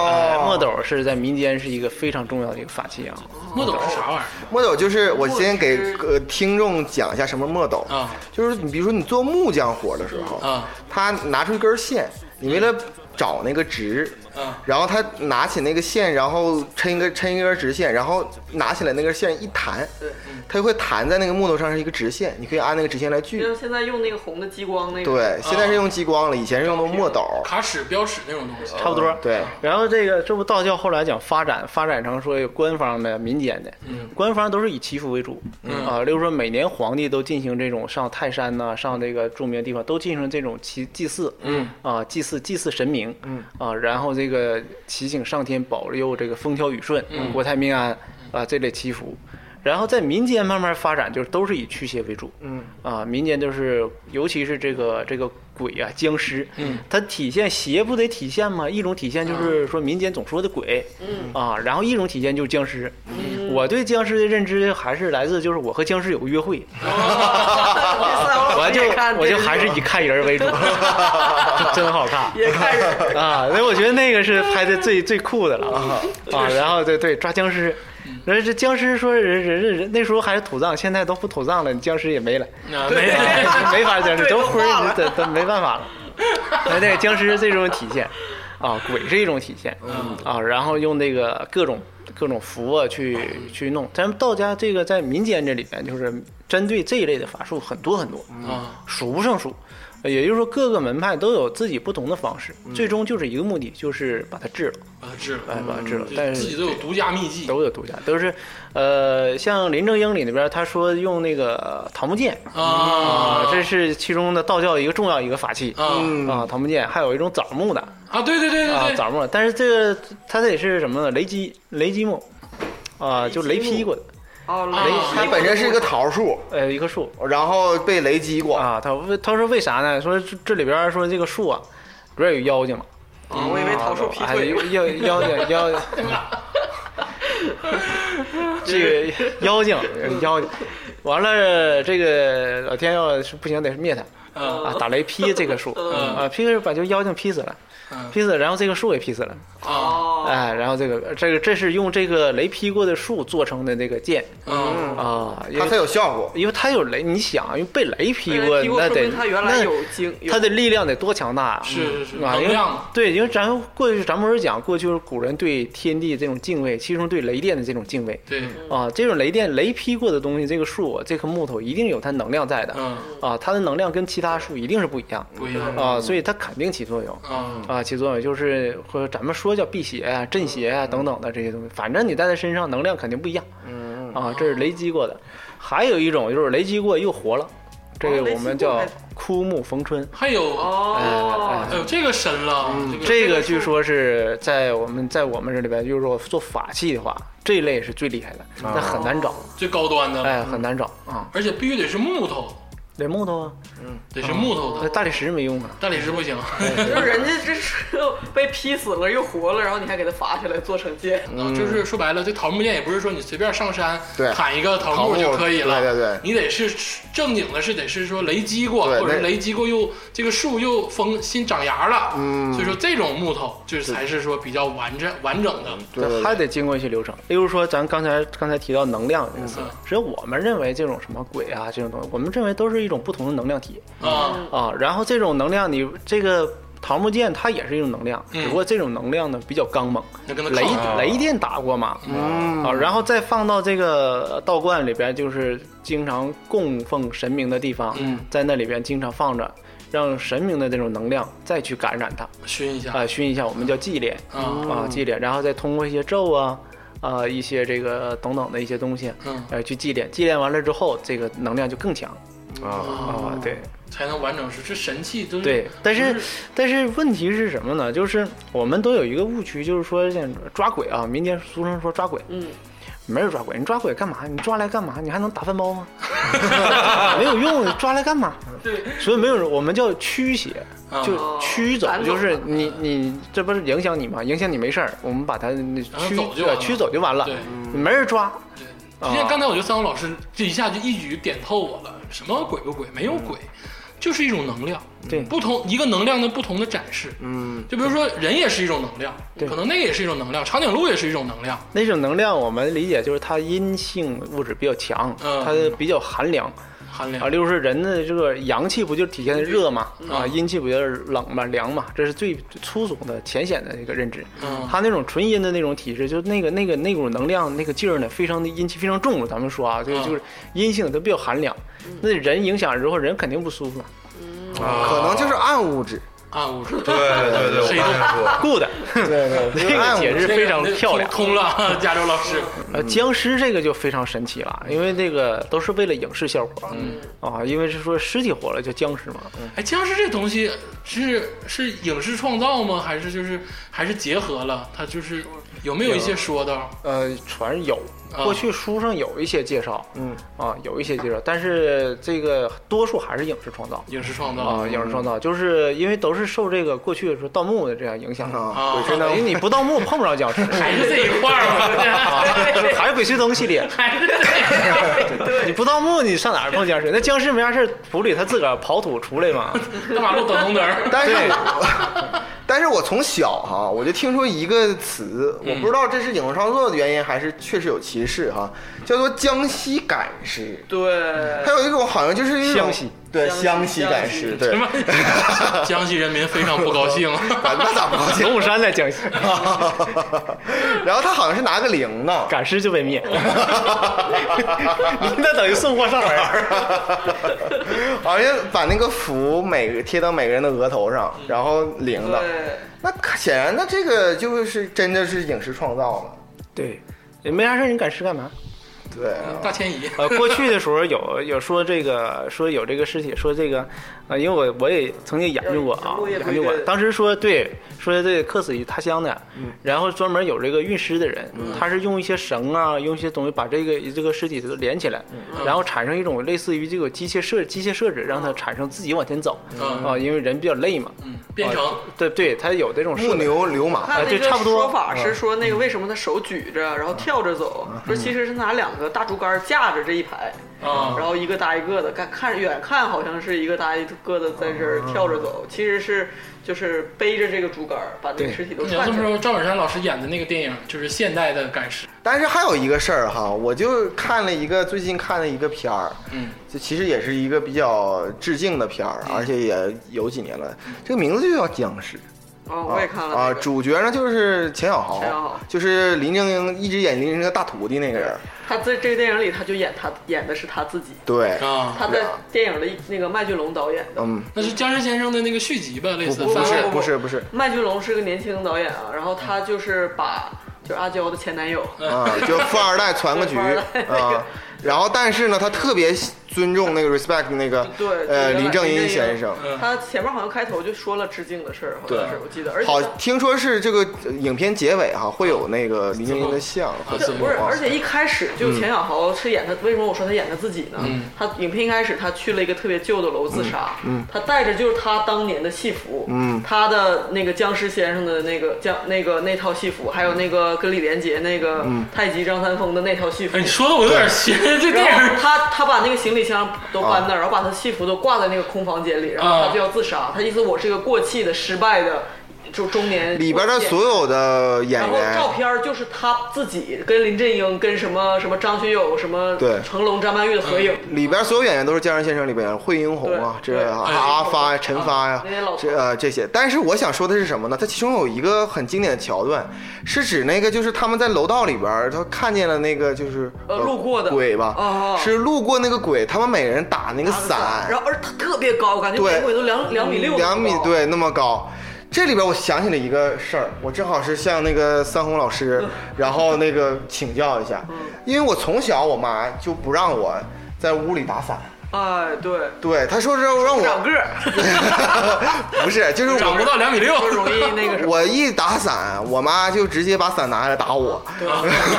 哎，墨哦，斗是在民间是一个非常重要的一个法器啊。墨斗是啥玩意墨斗就是我先给呃听众讲一下什么墨斗儿啊？就是你比如说你做木匠活的时候啊，他拿出一根线，你为了找那个值嗯，然后他拿起那个线，然后抻一个抻一根直线，然后拿起来那根线一弹，它就会弹在那个木头上是一个直线，你可以按那个直线来就锯像。现在用那个红的激光那个，对，现在是用激光了，以前是用的墨斗。卡尺、标尺那种东西，差不多。对，然后这个这不道教后来讲发展，发展成说有官方的、民间的，官方都是以祈福为主，啊，例如说每年皇帝都进行这种上泰山呐、上这个著名地方都进行这种祈祭祀，嗯，啊，祭祀祭祀神明，嗯，啊，然后这个祈请上天保佑这个风调雨顺、国泰民安，啊，这类祈福。然后在民间慢慢发展，就是都是以驱邪为主。嗯啊，民间就是，尤其是这个这个鬼啊、僵尸，嗯，它体现邪不得体现吗？一种体现就是说民间总说的鬼，嗯啊，然后一种体现就是僵尸。我对僵尸的认知还是来自就是我和僵尸有个约会，我 [laughs] 我就看哦我就这还 [laughs] 是以看人为主，真好看。也 [laughs] 看人， [laughs] 啊，所以我觉得那个是拍的最最酷的了啊 [laughs] 啊！然后对对，抓僵尸，人这僵尸说人人人人那时候还是土葬，现在都不土葬了，僵尸也没 [laughs] 了，啊，没有， [laughs] 没法僵尸对都都灰化儿了都都没办法了。哎，对，僵尸是这种体现。啊，鬼是一种体现，啊，然后用那个各种各种符啊去去弄。咱们道家这个在民间这里边，就是针对这一类的法术很多很多，啊，数不胜数。呃也就是说，各个门派都有自己不同的方式，嗯最终就是一个目的，就是把它治了，把它治了，哎，把它治了就。但啊嗯自己是都有独家秘技，都有独家，都是，呃，像林正英里那边，他说用那个桃木剑啊嗯这是其中的道教一个重要一个法器啊嗯啊，桃木剑，还有一种枣木的，啊，对对对啊对，对，枣木的，但是这个它得是什么呢？雷击雷击木，啊，就雷劈过的，哦，啊雷它本身是一个桃树，呃，一棵树然后被雷击过，啊，他为他说为啥呢？说这这里边儿说这个树啊，里边儿有妖精了，啊，我以为桃树劈啊嗯腿有，妖妖精妖精，哎这个 [laughs] 妖精妖精，完了这个老天要是不行得灭他。嗯啊，打雷劈这 [laughs] 棵树，嗯啊，劈个把这个妖精劈死了，嗯劈死了，然后这个树也劈死了，啊 [laughs] 哦，哎，然后这个这个这是用这个雷劈过的树做成的那个剑嗯啊，因它才为有效果。因为它有雷，你想，因为被雷劈被过雷劈，过那说得明它原来那有经有它的力量得多强大啊！是是是啊，能因为量嘛对，因为咱过去咱不是讲过去古人对天地这种敬畏，其中对雷电的这种敬畏，对，啊，这种雷电雷劈过的东西，这个树啊这棵木头一定有它能量在的，嗯啊，它的能量跟其他树一定是不一样不一样啊，所以它肯定起作用。啊啊，起作用就是或者咱们说叫辟邪啊、镇邪嗯啊等等的这些东西，反正你带在身上能量肯定不一样。嗯啊，这是雷击过的，还有一种就是雷击过又活了，这哦个雷我击们过叫还枯木逢春。还有，哦哎，哎呦，这个神了，嗯这个据说是在我们在我们这里边，就是说做法器的话，这一类是最厉害的，那很难找，最高端的，哎，很难找啊。而且必须得是木头，得木头啊，得是木头那的，大理石没 [laughs] 用啊。大理石不行。就是人家这是 [laughs] 被劈死了又活了，然后你还给他罚下来做成剑，啊，就是说白了，这桃木剑也不是说你随便上山对砍一个桃木就可以了，桃木对对对你得是正经的，是得是说雷击过，对或者是那雷击过又这个树又丰新长芽了，嗯所以说这种木头就是才是说比较完整完整的，对对还得对，经过一些流程，例如说咱刚才刚才提到能量这个词嗯，只有我们认为这种什么鬼啊这种东西，我们认为都是一种不同的能量体嗯啊啊。然后这种能量你，这个桃木剑它也是一种能量，嗯只不过这种能量呢比较刚猛，那啊嗯跟它雷抗衡雷电打过嘛，嗯啊，然后再放到这个道观里边，就是经常供奉神明的地方嗯，在那里边经常放着，让神明的这种能量再去感染它熏一下哎啊，熏一下，我们叫祭炼。啊啊祭奠，然后再通过一些咒啊。啊、一些这个等等的一些东西，嗯呃，去祭奠，祭奠完了之后，这个能量就更强啊，嗯啊、对才能完整是这神器都是对，但是、就是但是问题是什么呢？就是我们都有一个误区，就是说像抓鬼啊，民间俗称说抓鬼，嗯，没人抓鬼，你抓鬼干嘛？你抓来干嘛？你还能打饭包吗？ [laughs] 没有用，你抓来干嘛？对所以没有人，我们叫驱邪，啊就驱走赶，走就是你嗯你这不是影响你吗？影响你没事儿，我们把它那它驱走就完了呃驱走就完了对，没人抓。今天刚才我觉得三好老师这一下就一举点透我了，什么鬼不鬼，没有鬼，就是一种能量，对不同一个能量的不同的展示，嗯，就比如说人也是一种能量，对可能那也是一种能量，长颈鹿也是一种能量，那种能量我们理解就是它阴性物质比较强，嗯它比较寒凉含量啊。例如说人的这个阳气不就体现的热嘛，嗯啊，阴气不就是冷嘛、凉嘛，这是最粗俗的、浅显的一个认知。嗯它那种纯阴的那种体质，就那个那个那股能量那个劲儿呢，非常的阴气非常重。咱们说啊，就是嗯就是阴性的都比较寒凉，那人影响之后人肯定不舒服嘛。可啊能就是暗物质。暗物质，对对对，我谁都刚才说， Good，嗯对 [laughs] 对，这个解释这个非常那漂亮。嗯通通了， [laughs] 加州老师，呃，僵尸这个就非常神奇了，因为这个都是为了影视效果，嗯啊，因为是说尸体活了叫僵尸嘛，哎，僵尸这东西是是影视创造吗？还是就是还是结合了？它就是有没有一些说道？呃，传有，啊过去书上有一些介绍，嗯，啊，有一些介绍，但是这个多数还是影视创造影视创造啊，影视创造，就是因为都是受这个过去说盗墓的这样影响的，啊，啊，等于你不盗墓碰不着僵尸，还是这一块儿 [laughs] 嘛，还是鬼吹灯系列，还是这一块儿。 [laughs] 你不盗墓你上哪儿碰僵尸？那僵尸没啥事儿，土里他自个儿刨土出来嘛，大马路等红灯儿，但是我， [laughs] 但是我从小哈、我就听说一个词，嗯我不知道这是影视创作的原因，还是确实有歧视哈、叫做江西赶尸。对还，有一种好像就是一种湘西对湘湘西西赶尸，对， [laughs] [laughs] 江西人民非常不高 [laughs] 兴。那咋啊不高兴？龙虎山在江西， [laughs] 然后他好像是拿个零呢，赶尸就 [laughs] 被灭， [laughs] 你那等于送货上门啊儿。 [laughs] 好像把那个符每个贴到每个人的额头上，然后领的。对，那显然，那这个就是真的是影视创造了。对，也没啥事儿，你赶尸干嘛？对啊，大迁移，呃，过去的时候有有说这个说有这个尸体，说这个，呃，因为我我也曾经研究过啊，落叶研究过归，根当时说对，说这客死于他乡的，嗯然后专门有这个运尸的人，他是用一些绳啊，用一些东西把这个这个尸体都连起来，嗯然后产生一种类似于这个机械设机械设置，让它产生自己往前走嗯啊，因为人比较累嘛，嗯，编程，对对，他有这种设木置。牛流我马，看哎那对个差不多嗯说法是说那个为什么他手举着，然后跳着走，说其实是拿两个大竹竿架着这一排，啊嗯然后一个搭一个的，看看远看好像是一个搭一个的在这儿嗯跳着走，其实是就是背着这个竹竿儿把那个对尸体都你要串这起么来。说，赵本山老师演的那个电影就是现代的赶尸，但是还有一个事儿哈，我就看了一个最近看了一个片儿，嗯，这其实也是一个比较致敬的片儿，嗯而且也有几年了。这个名字就叫僵尸，哦，我也看了啊，那个主角呢就是钱小豪，钱小豪就是林正英一直演林正英的大徒弟那个人，他在这个电影里，他就演他演的是他自己，对，啊，他在电影的一那个麦浚龙导演的。嗯，那是僵尸先生的那个续集吧，类不似不不是翻拍不是不是，麦浚龙是个年轻导演啊，然后他就是把就是阿娇的前男友，啊，就富二代传个局富二代那个啊。然后，但是呢，他特别尊重那个 respect 那个对呃林林正正英英先生，嗯他前面好像开头就说了致敬的事儿，好像是我记得，而且好他，听说是这个呃影片结尾哈会有那个林正英的像，好字像幕不是，啊嗯而且一开始就钱小豪是演他，为什么我说他演他自己呢？嗯他影片一开始他去了一个特别旧的楼自杀，他带着就是他当年的戏服，嗯他的那个僵尸先生的那个僵那个那套戏服，还有那个跟李连杰那个嗯太极张三丰的那套戏服。哎，你说的我有点邪，这电然后影他他把那个行李箱都搬啊那儿，然后把他戏服都挂在那个空房间里，然后啊他就要自杀。他意思我是一个过气的、失败的，就中年里边的所有的演然后员照片儿就是他自己跟林正英、跟什么什么张学友、什么对嗯成龙、张曼玉的合影。里边所有演员都是《江山先生》里边惠英红啊，对这对啊哎阿发呀、陈发呀那些老，头这呃这些。但是我想说的是什么呢？它其中有一个很经典的桥段，是指那个就是他们在楼道里边儿，他看见了那个就是呃路过的鬼吧哦哦，是路过那个鬼，他们每人打那拿个着伞，然伞，后而他特别高，感觉对每鬼都两两米六，两米高，对那么高。这里边我想起了一个事儿，我正好是向那个三红老师，然后那个请教一下，因为我从小我妈就不让我在屋里打伞，哎对，对，她说是让我长个 [laughs] 儿 [laughs] 不是，就是 [laughs] 我长不到两米六，容 [laughs] 易那个什么。我一打伞，我妈就直接把伞拿下来打我，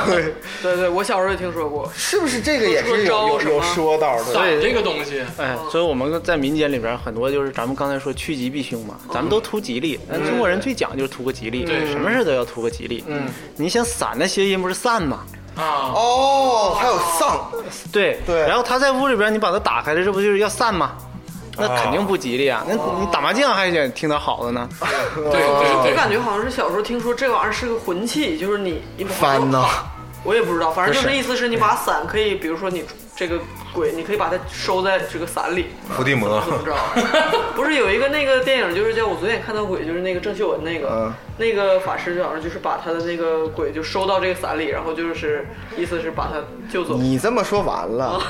对对，我小时候也听说过， [laughs] 是不是这个也是有有有说道的？伞这个东西，哎，哦所以我们在民间里边很多就是咱们刚才说趋吉避凶嘛，哦咱们都图吉利。嗯但中国人最讲究图个吉利，对什么事都要图个吉利。嗯，你想伞的谐音不是散吗？啊，哦，还有丧，对对然后他在屋里边，你把它打开了，这不就是要散吗？那肯定不吉利啊！那哦你打麻将还想听点好的呢？ [laughs] 对对我对，感觉好像是小时候听说这玩意儿是个魂器，就是你你把它翻呢，我也不知道，反正就不是是意思是你把伞可以，比如说你这个鬼，你可以把它收在这个伞里，伏地魔怎么着？不是有一个那个电影，就是叫我昨天也看到鬼，就是那个郑秀文那个、嗯那个法师，好像就是把他的那个鬼就收到这个伞里，然后就是意思是把他救走。你这么说完了，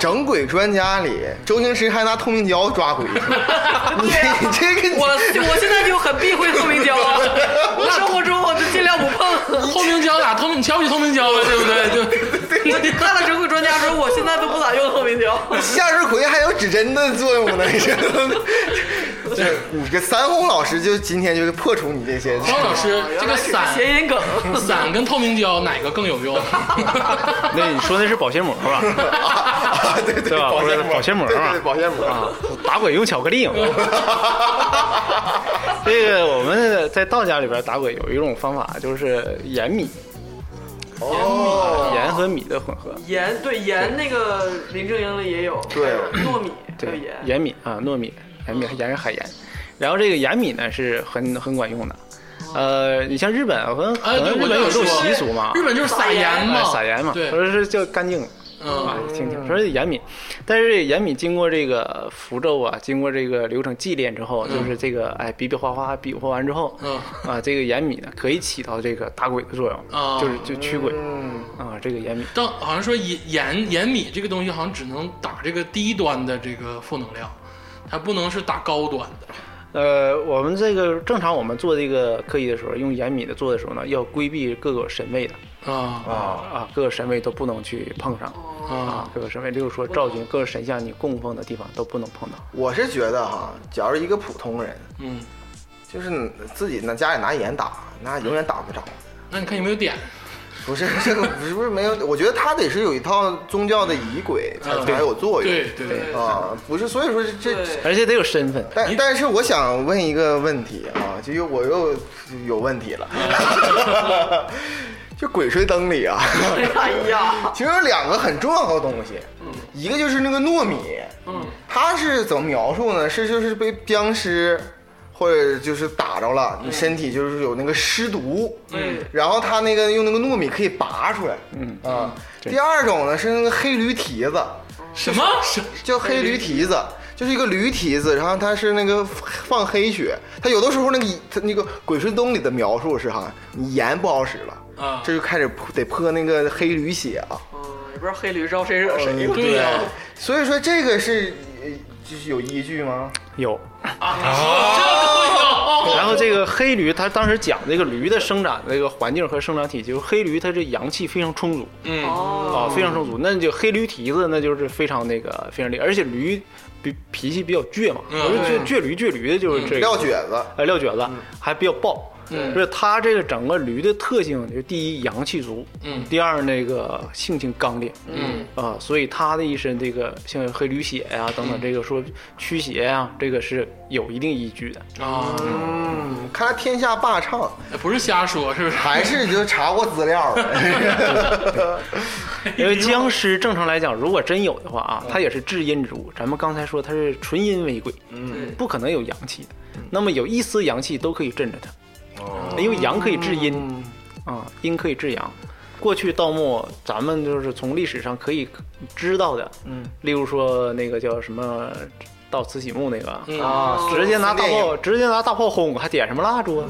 整鬼专家里，周星驰还拿透明胶抓鬼，啊你这我个我现在就很避讳透明胶啊，我生活中我就尽量不碰。透明胶打透明，瞧不起透明胶啊，对不 [laughs] 对？就我看了《整鬼专家》之后，我现在都不咋用透明胶。向日葵还有指针的作用呢，这你这三红老师就今天就是破除你这些，张老师，这个伞谐音梗，伞跟透明胶哪个更有 [laughs] 用？那你说那是保鲜膜吧？啊 [laughs] 对 [laughs] 对对吧保鲜不是膜，保鲜膜对啊对对保鲜膜啊，打鬼用巧克 [laughs] 力嘛。这个我们在道家里边打鬼有一种方法，就是盐米，哦，盐和米的混合。盐对盐那个林正英的也有，对还有糯米还有对盐，，盐米啊，糯米，盐米盐是海盐，然后这个盐米呢是很很管用的，呃，你像日本，可能哎，对，可能我日本就有这说种习俗嘛，日本就是撒盐嘛哎，撒盐嘛，对或，者是叫干净，嗯啊，挺挺，说是严敏，但是严敏经过这个符咒啊，经过这个流程祭炼之后，就是这个哎比比划划比划完之后，嗯啊，这个严敏呢可以起到这个打鬼的作用，啊嗯就是就驱鬼，啊，这个严敏，但好像说盐盐盐米这个东西好像只能打这个低端的这个负能量，它不能是打高端的。呃，我们这个正常我们做这个科仪的时候，用严敏的做的时候呢，要规避各个神位的啊啊，啊，各个神位都不能去碰上。哦啊，各个神位，例如说赵君，各个神像你供奉的地方都不能碰到。我是觉得哈，假如一个普通人，嗯，就是自己那家里拿盐打，那永远打不着。那你看有没有点？不是这个，不是不是没有，我觉得他得是有一套宗教的仪轨才、嗯才有作用。对对对，啊，不是，所以说这这对而且得有身份，但但是我想问一个问题啊，就又我又有问题了， [laughs] 就《鬼吹灯》嗯里啊，哎呀，其实有两个很重要的东西，一个就是那个糯米，嗯，它是怎么描述呢？是就是被僵尸或者就是打着了，你身体就是有那个尸毒，嗯，然后它那个用那个糯米可以拔出来，嗯啊。第二种呢是那个黑驴蹄子，什么？什叫黑驴蹄子，就是一个驴蹄子，然后它是那个放黑血，它有的时候那个它那个《鬼吹灯》里的描述是哈，你盐不好使了，啊？这就开始泼得泼那个黑驴血啊，嗯，也不知道黑驴招谁惹谁了。对呀、啊所以说这个是呃就是有依据吗？有。啊这啊个会有。然后这个黑驴，它当时讲这个驴的生长这个环境和生长体，就是黑驴它这阳气非常充足嗯哦，啊，非常充足。那就黑驴蹄子，那就是非常那个非常厉害，而且驴比脾气比较倔嘛，嗯不是倔倔驴倔驴的，就是这个撂蹶子，呃撂蹶子还比较暴。嗯就是它这个整个驴的特性，就第一阳气足，嗯第二那个性情刚烈，嗯啊，所以它的一身这个像黑驴血呀、等嗯等，这个说驱邪呀、这个是有一定依据的。啊，嗯，看来天下霸唱不是瞎说，是不是？还是就查过资料了，哎因为僵尸正常来讲，如果真有的话嗯啊，它也是至阴之物。咱们刚才说它是纯阴为贵，嗯，不可能有阳气的。嗯那么有一丝阳气都可以镇着它，哦哦因为阳可以制阴，啊，阴可以制阳。过去盗墓，咱们就是从历史上可以知道的，嗯，例如说那个叫什么盗慈禧墓那个，嗯啊直接拿大电炮，影直接拿大炮轰，还点什么蜡烛啊？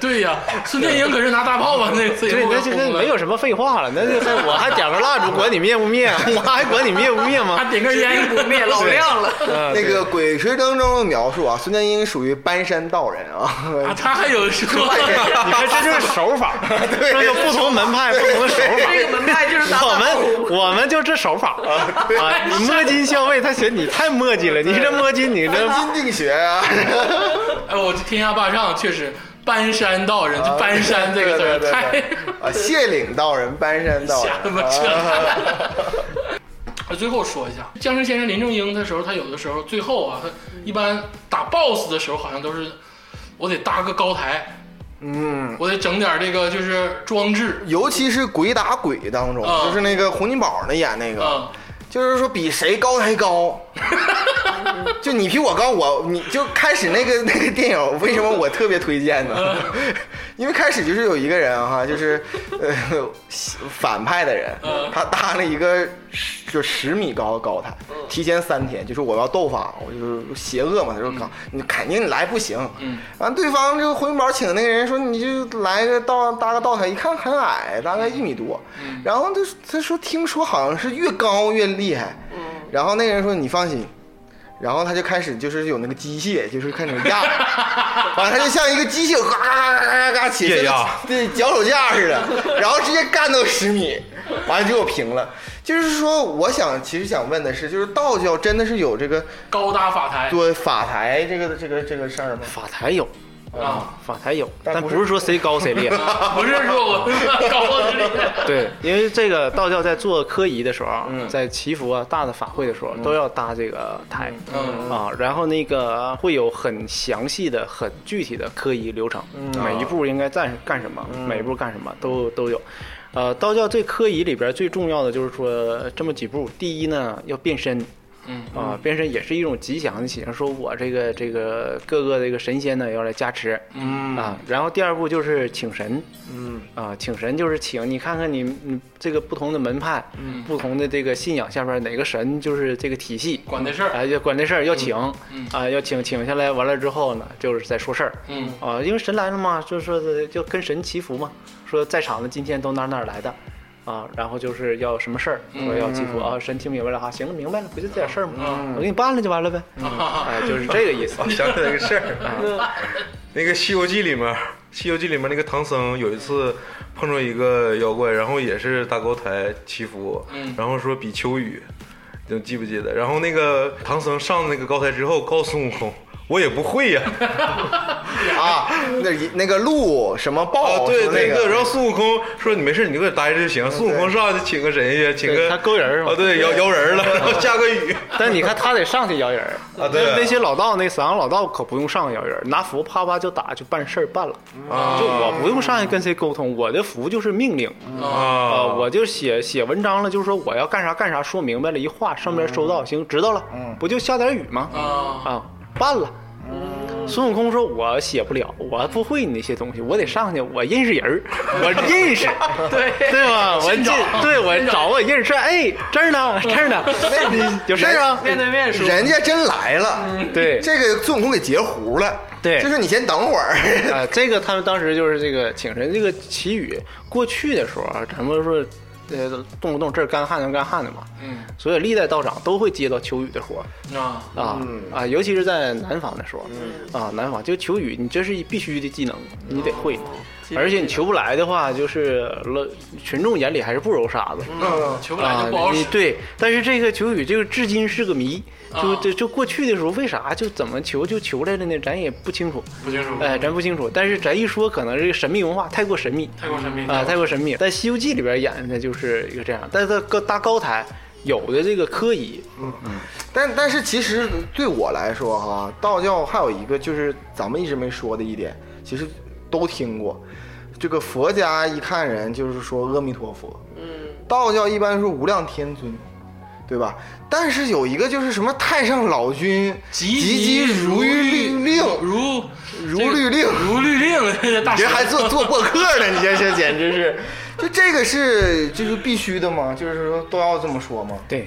对呀、孙殿英可是拿大炮把那次对，那就那没有什么废话了，那就还我还点个蜡烛，管你灭不灭？啊我还管你灭不灭吗？ [laughs] 还点根烟不 [laughs] 灭老亮了，那那个《鬼吹灯》中的描述啊，孙殿英属于搬山道人啊，啊，他还有说，你看这就是手法， [laughs] 这就不同门派不同的手这法。个门派就是打我打们我们就这手法哎啊！你摸金校尉，他嫌你太墨迹了，你这摸金，你这金定学啊。哎，我这天下霸唱确实搬山道人，就 [laughs] 搬山这个字啊对儿对对对 [laughs] 太。啊，谢领道人、搬山道瞎他人，妈扯啊淡。 [laughs] 我 [laughs] 最后说一下，僵尸先生林正英的时候，他有的时候最后啊，他一般打 BOSS 的时候，好像都是我得搭个高台，嗯，我得整点这个就是装置尤其是鬼打鬼当中，啊就是那个洪金宝那演那个，啊、就是说比谁高还高， [laughs] 就你比我高，我你就开始那个 [laughs] 那个电影，为什么我特别推荐呢？ [laughs] 因为开始就是有一个人哈，就是呃反派的人，他搭了一个十就十米高的高台，提前三天，就说我要斗法，我就是邪恶嘛，他说刚你肯定来不行，嗯然后对方这个回民堡请的那个人说你就来个道搭个道台，一看很矮，大概一米多，然后他他说听说好像是越高越厉害，然后那个人说你放心。然后他就开始就是有那个机械，就是开始压，完了他就像一个机械嘎嘎嘎嘎嘎嘎起，液压对，脚手架似的，然后直接干到十米，完了就给我平了。就是说，我想其实想问的是，就是道教真的是有这个高搭法台做法台这个这个这个事儿吗？法台有，啊，法台有，但但不不是是说谁高谁厉害。啊 [laughs] 不是说我 [laughs] 高之类对，因为这个道教在做科仪的时候啊，嗯在祈福啊、大的法会的时候，都要搭这个台，嗯啊，然后那个会有很详细的、很具体的科仪流程，嗯每一步应该干干什么，每一步干什么都都有。呃，道教对科仪里边最重要的就是说这么几步，第一呢要变身，嗯啊，变身也是一种吉祥的形象，说我这个这个各个这个神仙呢要来加持，嗯啊，然后第二步就是请神，嗯啊，请神就是请你看看你你这个不同的门派，嗯不同的这个信仰下边哪个神就是这个体系，管这事儿，哎，要管这事儿要请，嗯啊，要请请下来，完了之后呢，就是在说事儿，嗯啊，因为神来了嘛，就是说的就跟神祈福嘛，说在场的今天都哪儿哪儿来的，啊，然后就是要什么事儿，嗯说要祈福啊，神听明白了哈，行了，明白了，不就这点事儿吗？我给你办了就完了呗，嗯哎，就是这个意思啊，想起来一个事儿，那个《西游记》里面，《西游记》里面那个唐僧有一次碰着一个妖怪，然后也是搭高台祈福，嗯然后说比丘语，你记不记得？然后那个唐僧上那个高台之后，告诉孙悟空，我也不会呀、啊，那一那个鹿什么哦豹，啊，对什么那个，然后孙悟空说你没事，你就给我待着就行。孙悟空上去请个神仙，请对个他勾人儿嘛嗯啊，对，摇摇人儿了，然后 [laughs] 下个雨，但你看他得上去摇人儿啊对那那些老道那散行老道可不用上去摇人儿，拿符啪啪就打就办事儿办了，啊就我不用上去跟谁沟通，我的符就是命令。啊啊，，我就写写文章了，就是说我要干啥干啥，说明白了，一画上边收到，行，知道了，不就下点雨吗？啊，啊，办了。孙悟空说：“我写不了，我不会你那些东西，我得上去，我认识人儿，我认识，对对吧？我寻这找对我找我认识，哎，这儿呢，这儿呢，有事儿啊？面对面说，人家真来了，对，这个孙悟空给截胡了，对就是你先等会儿，啊，这个他们当时就是这个请神这个祈雨，过去的时候啊，咱们说，呃，动不动这儿干旱那儿干旱的嘛，嗯所以历代道长都会接到求雨的活儿，啊，啊、啊，尤其是在南方的时候，嗯啊，南方就求雨，你这是必须的技能，你得哦会。而且你求不来的话，就是了，群众眼里还是不揉沙子、求嗯不来啊就不好。你使。对，但是这个求雨，这个至今是个谜。就啊就就过去的时候，为啥就怎么求就求来了呢？咱也不清楚，不清楚，哎，咱不清楚。但是咱一说，可能这个神秘文化太过神秘，太过神秘啊，太过神秘。在《西游记》里边演的就是一个这样，但是它高搭高台，有的这个科仪，嗯但但是其实对我来说哈，道教还有一个就是咱们一直没说的一点，其实都听过。这个佛家一看人就是说阿弥陀佛，嗯，道教一般说无量天尊，对吧？但是有一个就是什么太上老君急急如律令，如如这个律令如律令， [laughs] 这个大你这神还做做播客呢？你这这简直是，就这个是就是必须的吗？就是说都要这么说吗？对，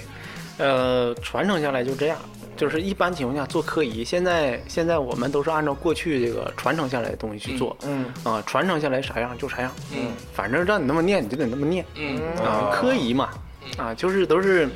呃，传承下来就这样，就是一般情况下做科仪。现在现在我们都是按照过去这个传承下来的东西去做，嗯啊、传承下来啥样就啥样，嗯，反正让你那么念，你就得那么念嗯，啊、科仪嘛，啊、就是都是。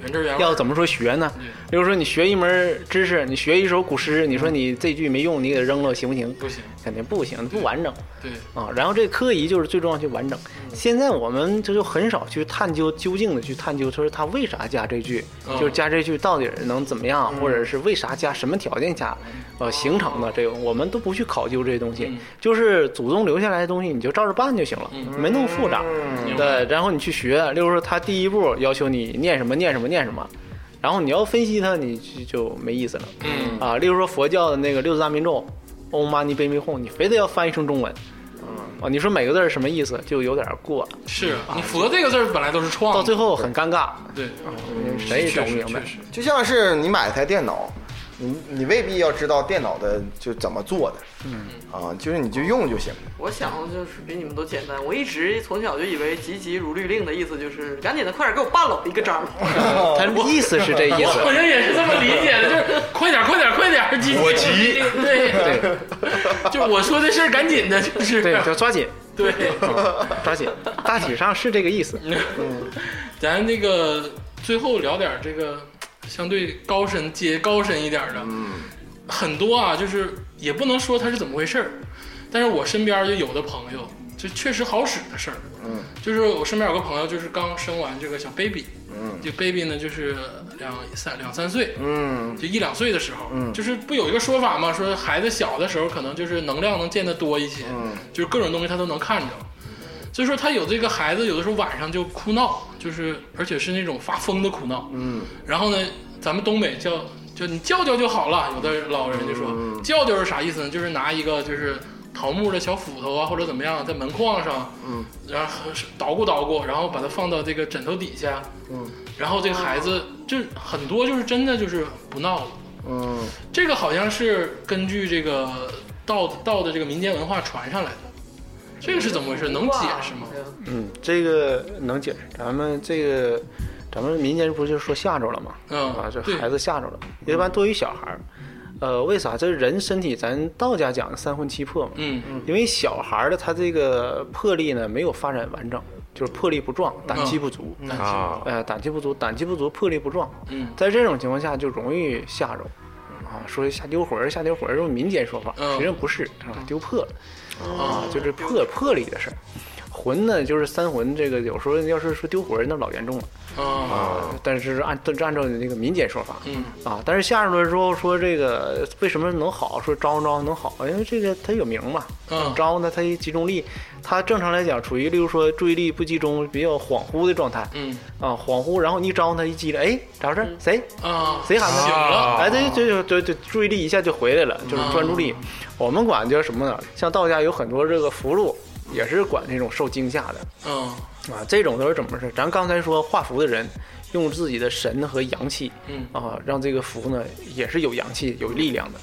原汁原味要怎么说学呢？比如说你学一门知识，你学一首古诗，你说你这句没用，你给扔了行不行？嗯不行，肯定不行，不完整。对，啊，然后这个科仪就是最重要去完整。嗯现在我们这就很少去探究究竟的去探究，就是他为啥加这句，嗯就是加这句到底能怎么样，或者是为啥加什么条件下，呃形成的这个，我们都不去考究这些东西，嗯就是祖宗留下来的东西，你就照着办就行了，没那么复杂。明白对，然后你去学，例如说他第一步要求你念什么念什么念什么，然后你要分析它，你就就没意思了。嗯啊，例如说佛教的那个六字大明咒，Om Mani p a m e Hum，你非得要翻译成中文，嗯啊，你说每个字儿什么意思，就有点过了，是啊你佛这个字儿本来都是创的，到最后很尴尬，对，谁也整不明嗯白确实。确实就像是你买台电脑，你你未必要知道电脑的就怎么做的，嗯啊，就是你就 [coughs] 用就行。我想的就是比你们都简单。我一直从小就以为“急急如律令”的意思就是赶紧的，快点给我办了一个章。他意思是这意 [laughs] 思。好像也是这么理解的，就是快点，快点，快点，急我急 [laughs] 对对， [laughs] 就我说的事儿赶紧的，就是对，就抓紧，对抓紧，大体上是这个意思。 [laughs] 咱那个最后聊点儿这个相对高深、接高深一点儿的，很多啊，就是也不能说它是怎么回事儿，但是我身边就有的朋友，就确实好使的事儿，嗯，就是我身边有个朋友，就是刚生完这个小 baby，嗯，这 baby 呢就是两三两三岁，嗯就一两岁的时候，就是不有一个说法嘛，说孩子小的时候可能就是能量能见得多一些，就是各种东西他都能看着。所以说他有这个孩子，有的时候晚上就哭闹，就是而且是那种发疯的哭闹。嗯，然后呢，咱们东北叫嗯就你叫叫就好了，有的老人就说、叫叫是啥意思呢？就是拿一个就是桃木的小斧头啊，或者怎么样，在门框上，嗯，然后捣鼓捣鼓，然后把它放到这个枕头底下，嗯，然后这个孩子就很多就是真的就是不闹了。嗯，这个好像是根据这个道道的这个民间文化传上来的，这个是怎么回事？能解释吗？嗯， [clears throat] 这个能解释。咱们这个，咱们民间不是就说吓着了吗？嗯啊，这对孩子吓着了，一般多于小孩儿。呃，为啥？这人身体，咱道家讲的三魂七魄嘛。嗯因为小孩儿的他这个魄力呢没有发展完整，就是魄力不壮，嗯胆气不足。啊，呃，胆气不足，胆气不足，魄力不壮。嗯在这种情况下就容易吓着，啊，说吓丢魂儿，吓丢魂儿，用民间说法，嗯实际上不是啊，丢魄了，啊啊，就是魄魄力的事儿。魂呢，就是三魂，这个有时候要是说丢魂儿，那老严重了。啊但是按按按照你那个民间说法，嗯啊，但是下入了之后说这个为什么能好？说招招能好，因为这个它有名嘛。嗯招呢，它一集中力，它正常来讲处于例如说注意力不集中、比较恍惚的状态嗯啊，恍惚，然后你一招它一激灵，哎，咋回事？谁啊，嗯谁喊的？醒了哎，对对对对对，注意力一下就回来了，就是专注力。我们管叫什么呢？像道家有很多这个符箓，也是管这种受惊吓的。嗯啊，这种都是怎么回事？咱刚才说画符的人，用自己的神和阳气，嗯啊，让这个符呢也是有阳气、有力量的。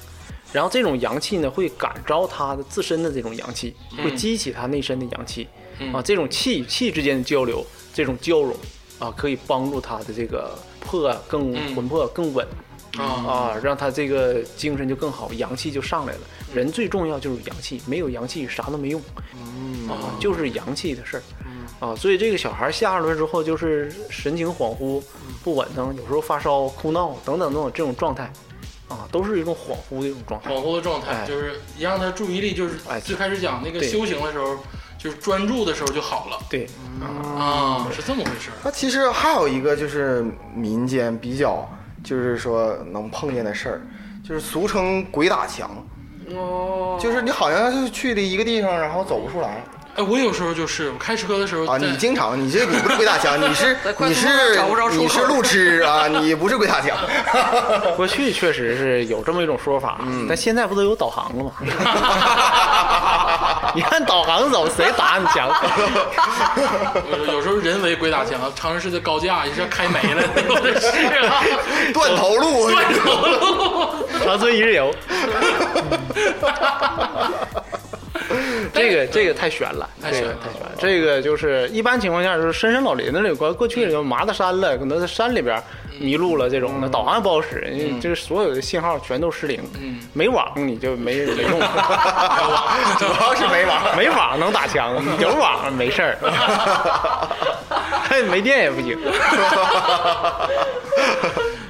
然后这种阳气呢，会感召他的自身的这种阳气，嗯会激起他内身的阳气，啊，这种气与气之间的交流，这种交融，啊，可以帮助他的这个魄啊更嗯魂魄更稳，啊啊，让他这个精神就更好，阳气就上来了。嗯人最重要就是阳气，没有阳气啥都没用，嗯啊，就是阳气的事儿，啊，所以这个小孩下了之后就是神情恍惚、嗯不稳当，有时候发烧、哭闹等等等等这种状态，啊，都是一种恍惚的一种状态恍。惚的状态，哎就是一让他注意力就是哎最开始讲那个对修行的时候，就是专注的时候就好了对，啊，是这么回事儿。那其实还有一个就是民间比较，就是说能碰见的事儿，就是俗称鬼打墙，哦，就是你好像是去了一个地方，然后走不出来哎，我有时候就是我开车的时候啊。在你经常，你这你不是鬼打墙，你是 [laughs] 在快你速路上是找不着出口你是路痴啊，你不是鬼打 [laughs] 墙。过去确实是有这么一种说法，啊嗯但现在不都有导航 [laughs] 了吗？ [laughs] 你按导航走，谁打你强？有有时候人为鬼打墙，长安市的高架一下开没了，有的是啊，断头路， [laughs] 长春一日游。这个这个太悬了，太悬这个了太悬了。这个就是一般情况下，就是深山老林那里过过去就麻子山了，可能在山里边迷路了这种的，导航也不好使，因为这个所有的信号全都失灵，嗯没网你就没没 [laughs] 用，主要是没网。没网能打枪，有网没事儿， [laughs] 没电也不行。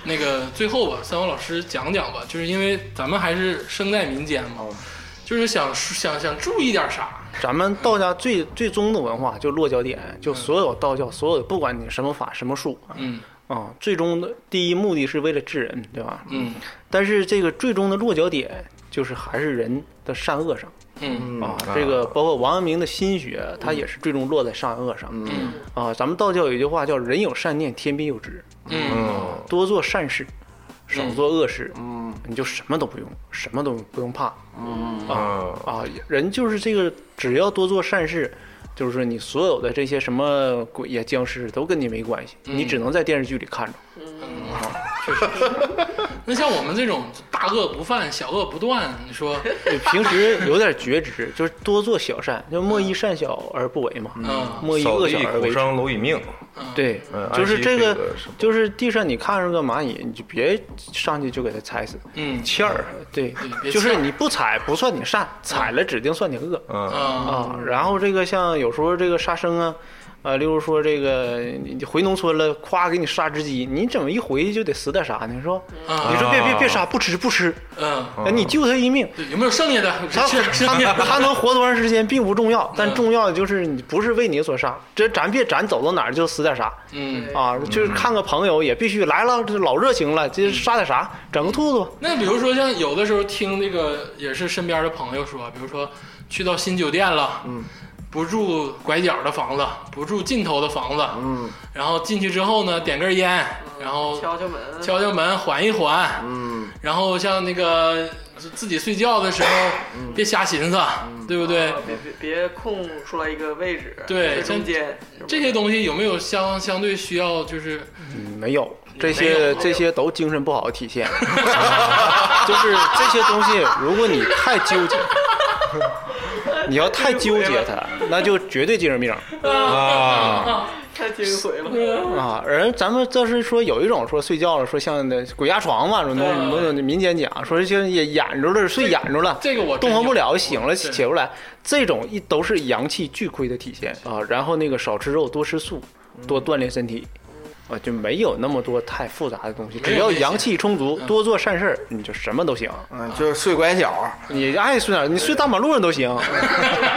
那个最后吧，三王老师讲讲吧，就是因为咱们还是生在民间嘛，就是想想想注意点啥，咱们道家最最终的文化就落脚点，就所有道教所有不管你什么法什么术，嗯啊，最终的第一目的是为了治人，对吧？嗯但是这个最终的落脚点就是还是人的善恶上嗯啊，这个包括王阳明的心学，他也是最终落在善恶上。嗯啊，咱们道教有一句话叫“人有善念，天必佑之嗯”，多做善事，少做恶事，哦嗯，你就什么都不用，什么都不用怕。嗯啊，人就是这个，只要多做善事，就是你所有的这些什么鬼呀、僵尸都跟你没关系，你只能在电视剧里看着。那像我们这种大恶不犯，小恶不断，你说，对平时有点觉知，就是多做小善，就莫以善小而不为嘛，嗯莫以扫恶地小而苦为之。伤蝼蚁命，对嗯，就是安息这这个个是吧，就是地上你看着个蚂蚁，你就别上去就给它踩死。嗯欠儿，对别，就欠是儿你不踩不算你善，踩了指定算你恶。嗯啊啊，然后这个像有时候这个杀生啊，呃，例如说这个你你回农村了，夸给你杀只鸡，你怎么一回就得死点啥呢？说，啊你说别别别杀，不吃不吃，嗯，哎你救他一命，对，有没有剩下的？他是剩下他 [laughs] 的他能活多长时间并不重要，但重要的就是你不是为你所杀，这咱别咱走到哪儿就死点啥嗯。啊，就是看个朋友也必须来了，这老热情了，这杀点啥，整个兔子，那比如说，像有的时候听那个也是身边的朋友说，比如说去到新酒店了，嗯，不住拐角的房子，不住尽头的房子，嗯，然后进去之后呢，点根烟，然后敲敲门，敲敲门，缓一缓，嗯，然后像那个自己睡觉的时候别瞎寻思，对不对？啊别别别空出来一个位置，对在中间这些东西有没有相相对需要就是没有，没这有些这些都精神不好的体 [laughs] 现，就是这些东西，如果你太纠 [laughs] 结，你要太纠结它，那就绝对精神病啊， [laughs] 太惊悚了。啊。而咱们这是说有一种说睡觉了，说像那鬼压床嘛，什么嗯东西，民间讲说就也眼着了，睡眼着了，这个我真动弹不了，有醒了对起不来，这种一都是阳气巨亏的体现啊。然后那个少吃肉，多吃素，多锻炼身体。啊，就没有那么多太复杂的东西，没有只要那些嗯阳气充足，多做善事儿，你就什么都行。嗯，就是睡拐角，嗯你爱睡哪儿，你睡大马路上 [laughs] 都行。 [laughs]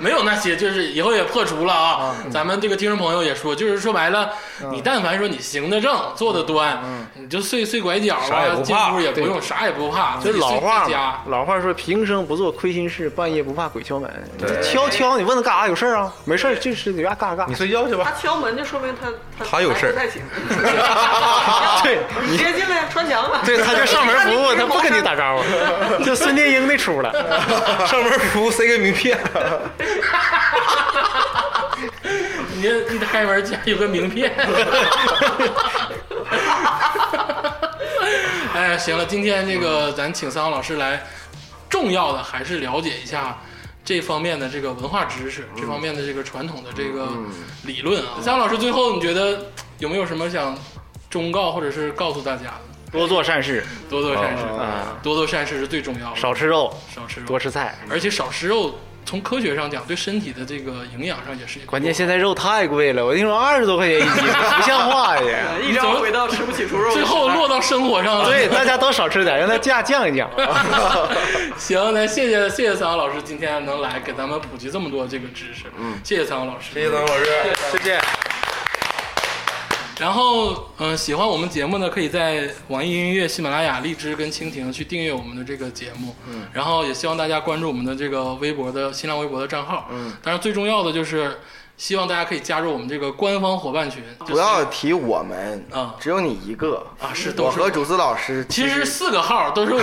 没有那些，就是以后也破除了啊。嗯咱们这个听众朋友也说，就是说白了，你但凡说你行得正，坐得端，嗯你就睡睡拐角啥也啊，不进怕屋也不对用，啥也不怕，就自己老睡话在家嘛，老话说平生不做亏心事，半夜不怕鬼敲门。对敲敲，你问他干啥？有事儿啊？没事儿，就是你愿干啥干你啥。睡觉去他吧。敲门就说明他他他有事儿不太行。 [laughs] 对，你直接进来穿墙了。对，他就上门服务，他不跟你打招招呼，就孙殿英那出了。上门服务塞个名片，哎你你开门竟然有个名片。 [laughs] 哎，行了，今天这嗯个咱请桑老师来，重要的还是了解一下这方面的这个文化知识，嗯这方面的这个传统的这个理论啊。桑老师，最后你觉得有没有什么想忠告或者是告诉大家的？多做善事多做善事，啊，多做善事是最重要的，少吃肉，少吃肉，多吃菜。而且少吃肉，从科学上讲，对身体的这个营养上也是一个关键现在肉太贵了，我听说二十多块钱一斤，不像话呀。一朝回到吃不起猪肉的时最代，后落到生活上了。对，大家都少吃点，让它价降一降。 [laughs] 行，那谢谢谢谢桑老师今天能来给咱们普及这么多这个知识，嗯，谢谢桑老师，谢谢张老师。 [laughs] 谢谢。然后，嗯、喜欢我们节目呢，可以在网易云音乐、喜马拉雅、荔枝跟蜻蜓去订阅我们的这个节目。嗯，然后也希望大家关注我们的这个微博的新浪微博的账号。嗯，当然最重要的就是希望大家可以加入我们这个官方伙伴群。就是不要提我们啊只有你一个啊是都我是和主子老师。其实四个号都是 [laughs] 我，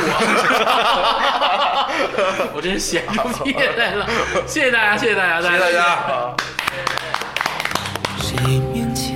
我真是闲出屁来了。谢谢大家，谢谢大家，谢谢大家。谁面前？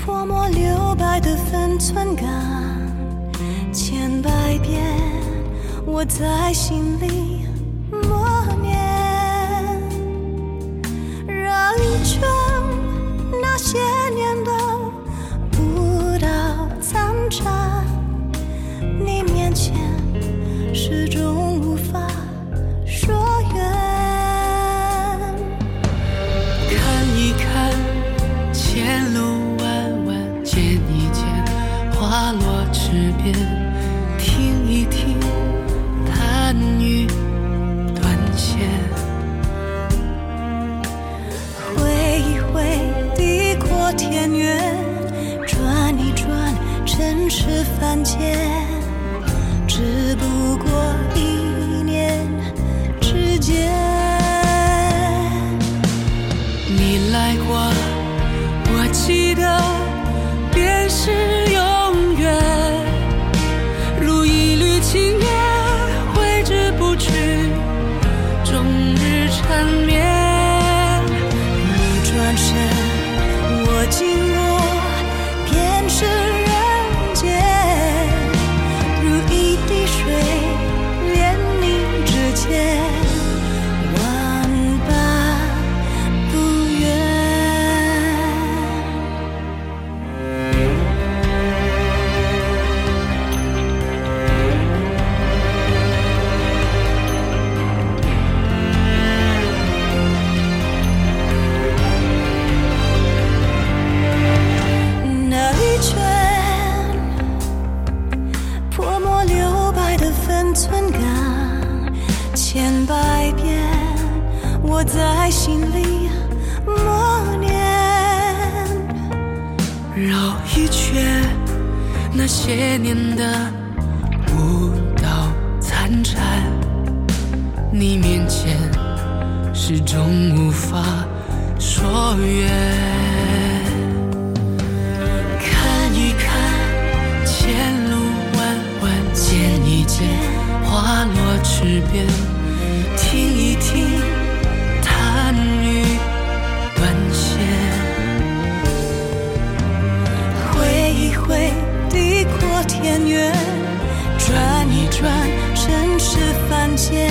泼墨留白的分寸感，千百遍我在心里默念，绕一圈那些年都不到残渣，你面前始终无法说远。看一看，前路弯弯，见一见，花落池边，听一听，弹雨断线，挥一挥，地阔天远；转一转，尘世凡间。只不过一念之间。你来过，我记得，便是永远。如一缕青烟，挥之不去，终日缠绵。你转身，我经过，便是人间。如一滴水，连你指尖，万般不愿。看一看，我在心里默念，绕一圈那些年的舞蹈残蝉，你面前始终无法说远。看一看前路弯弯，见一见花落池边，听一听弹语断线。挥一挥，地阔天远，转一转，尘世凡间，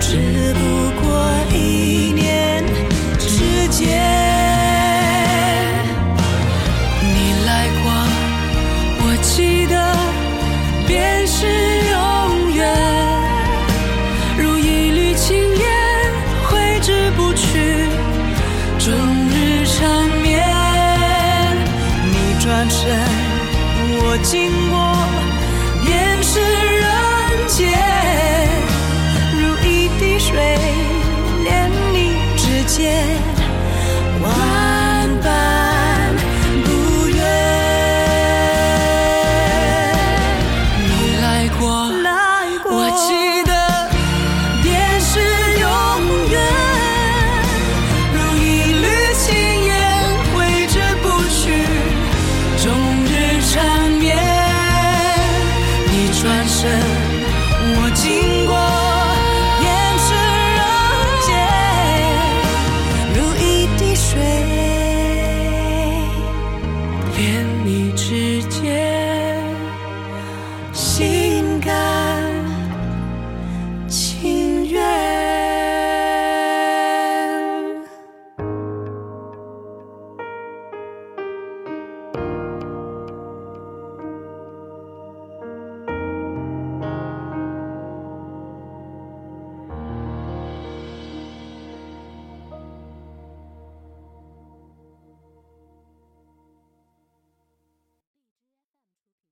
只不过一念之间。你来过，我记得，便是永远。如一缕青烟，挥之不去，终日缠绵。你转身，我经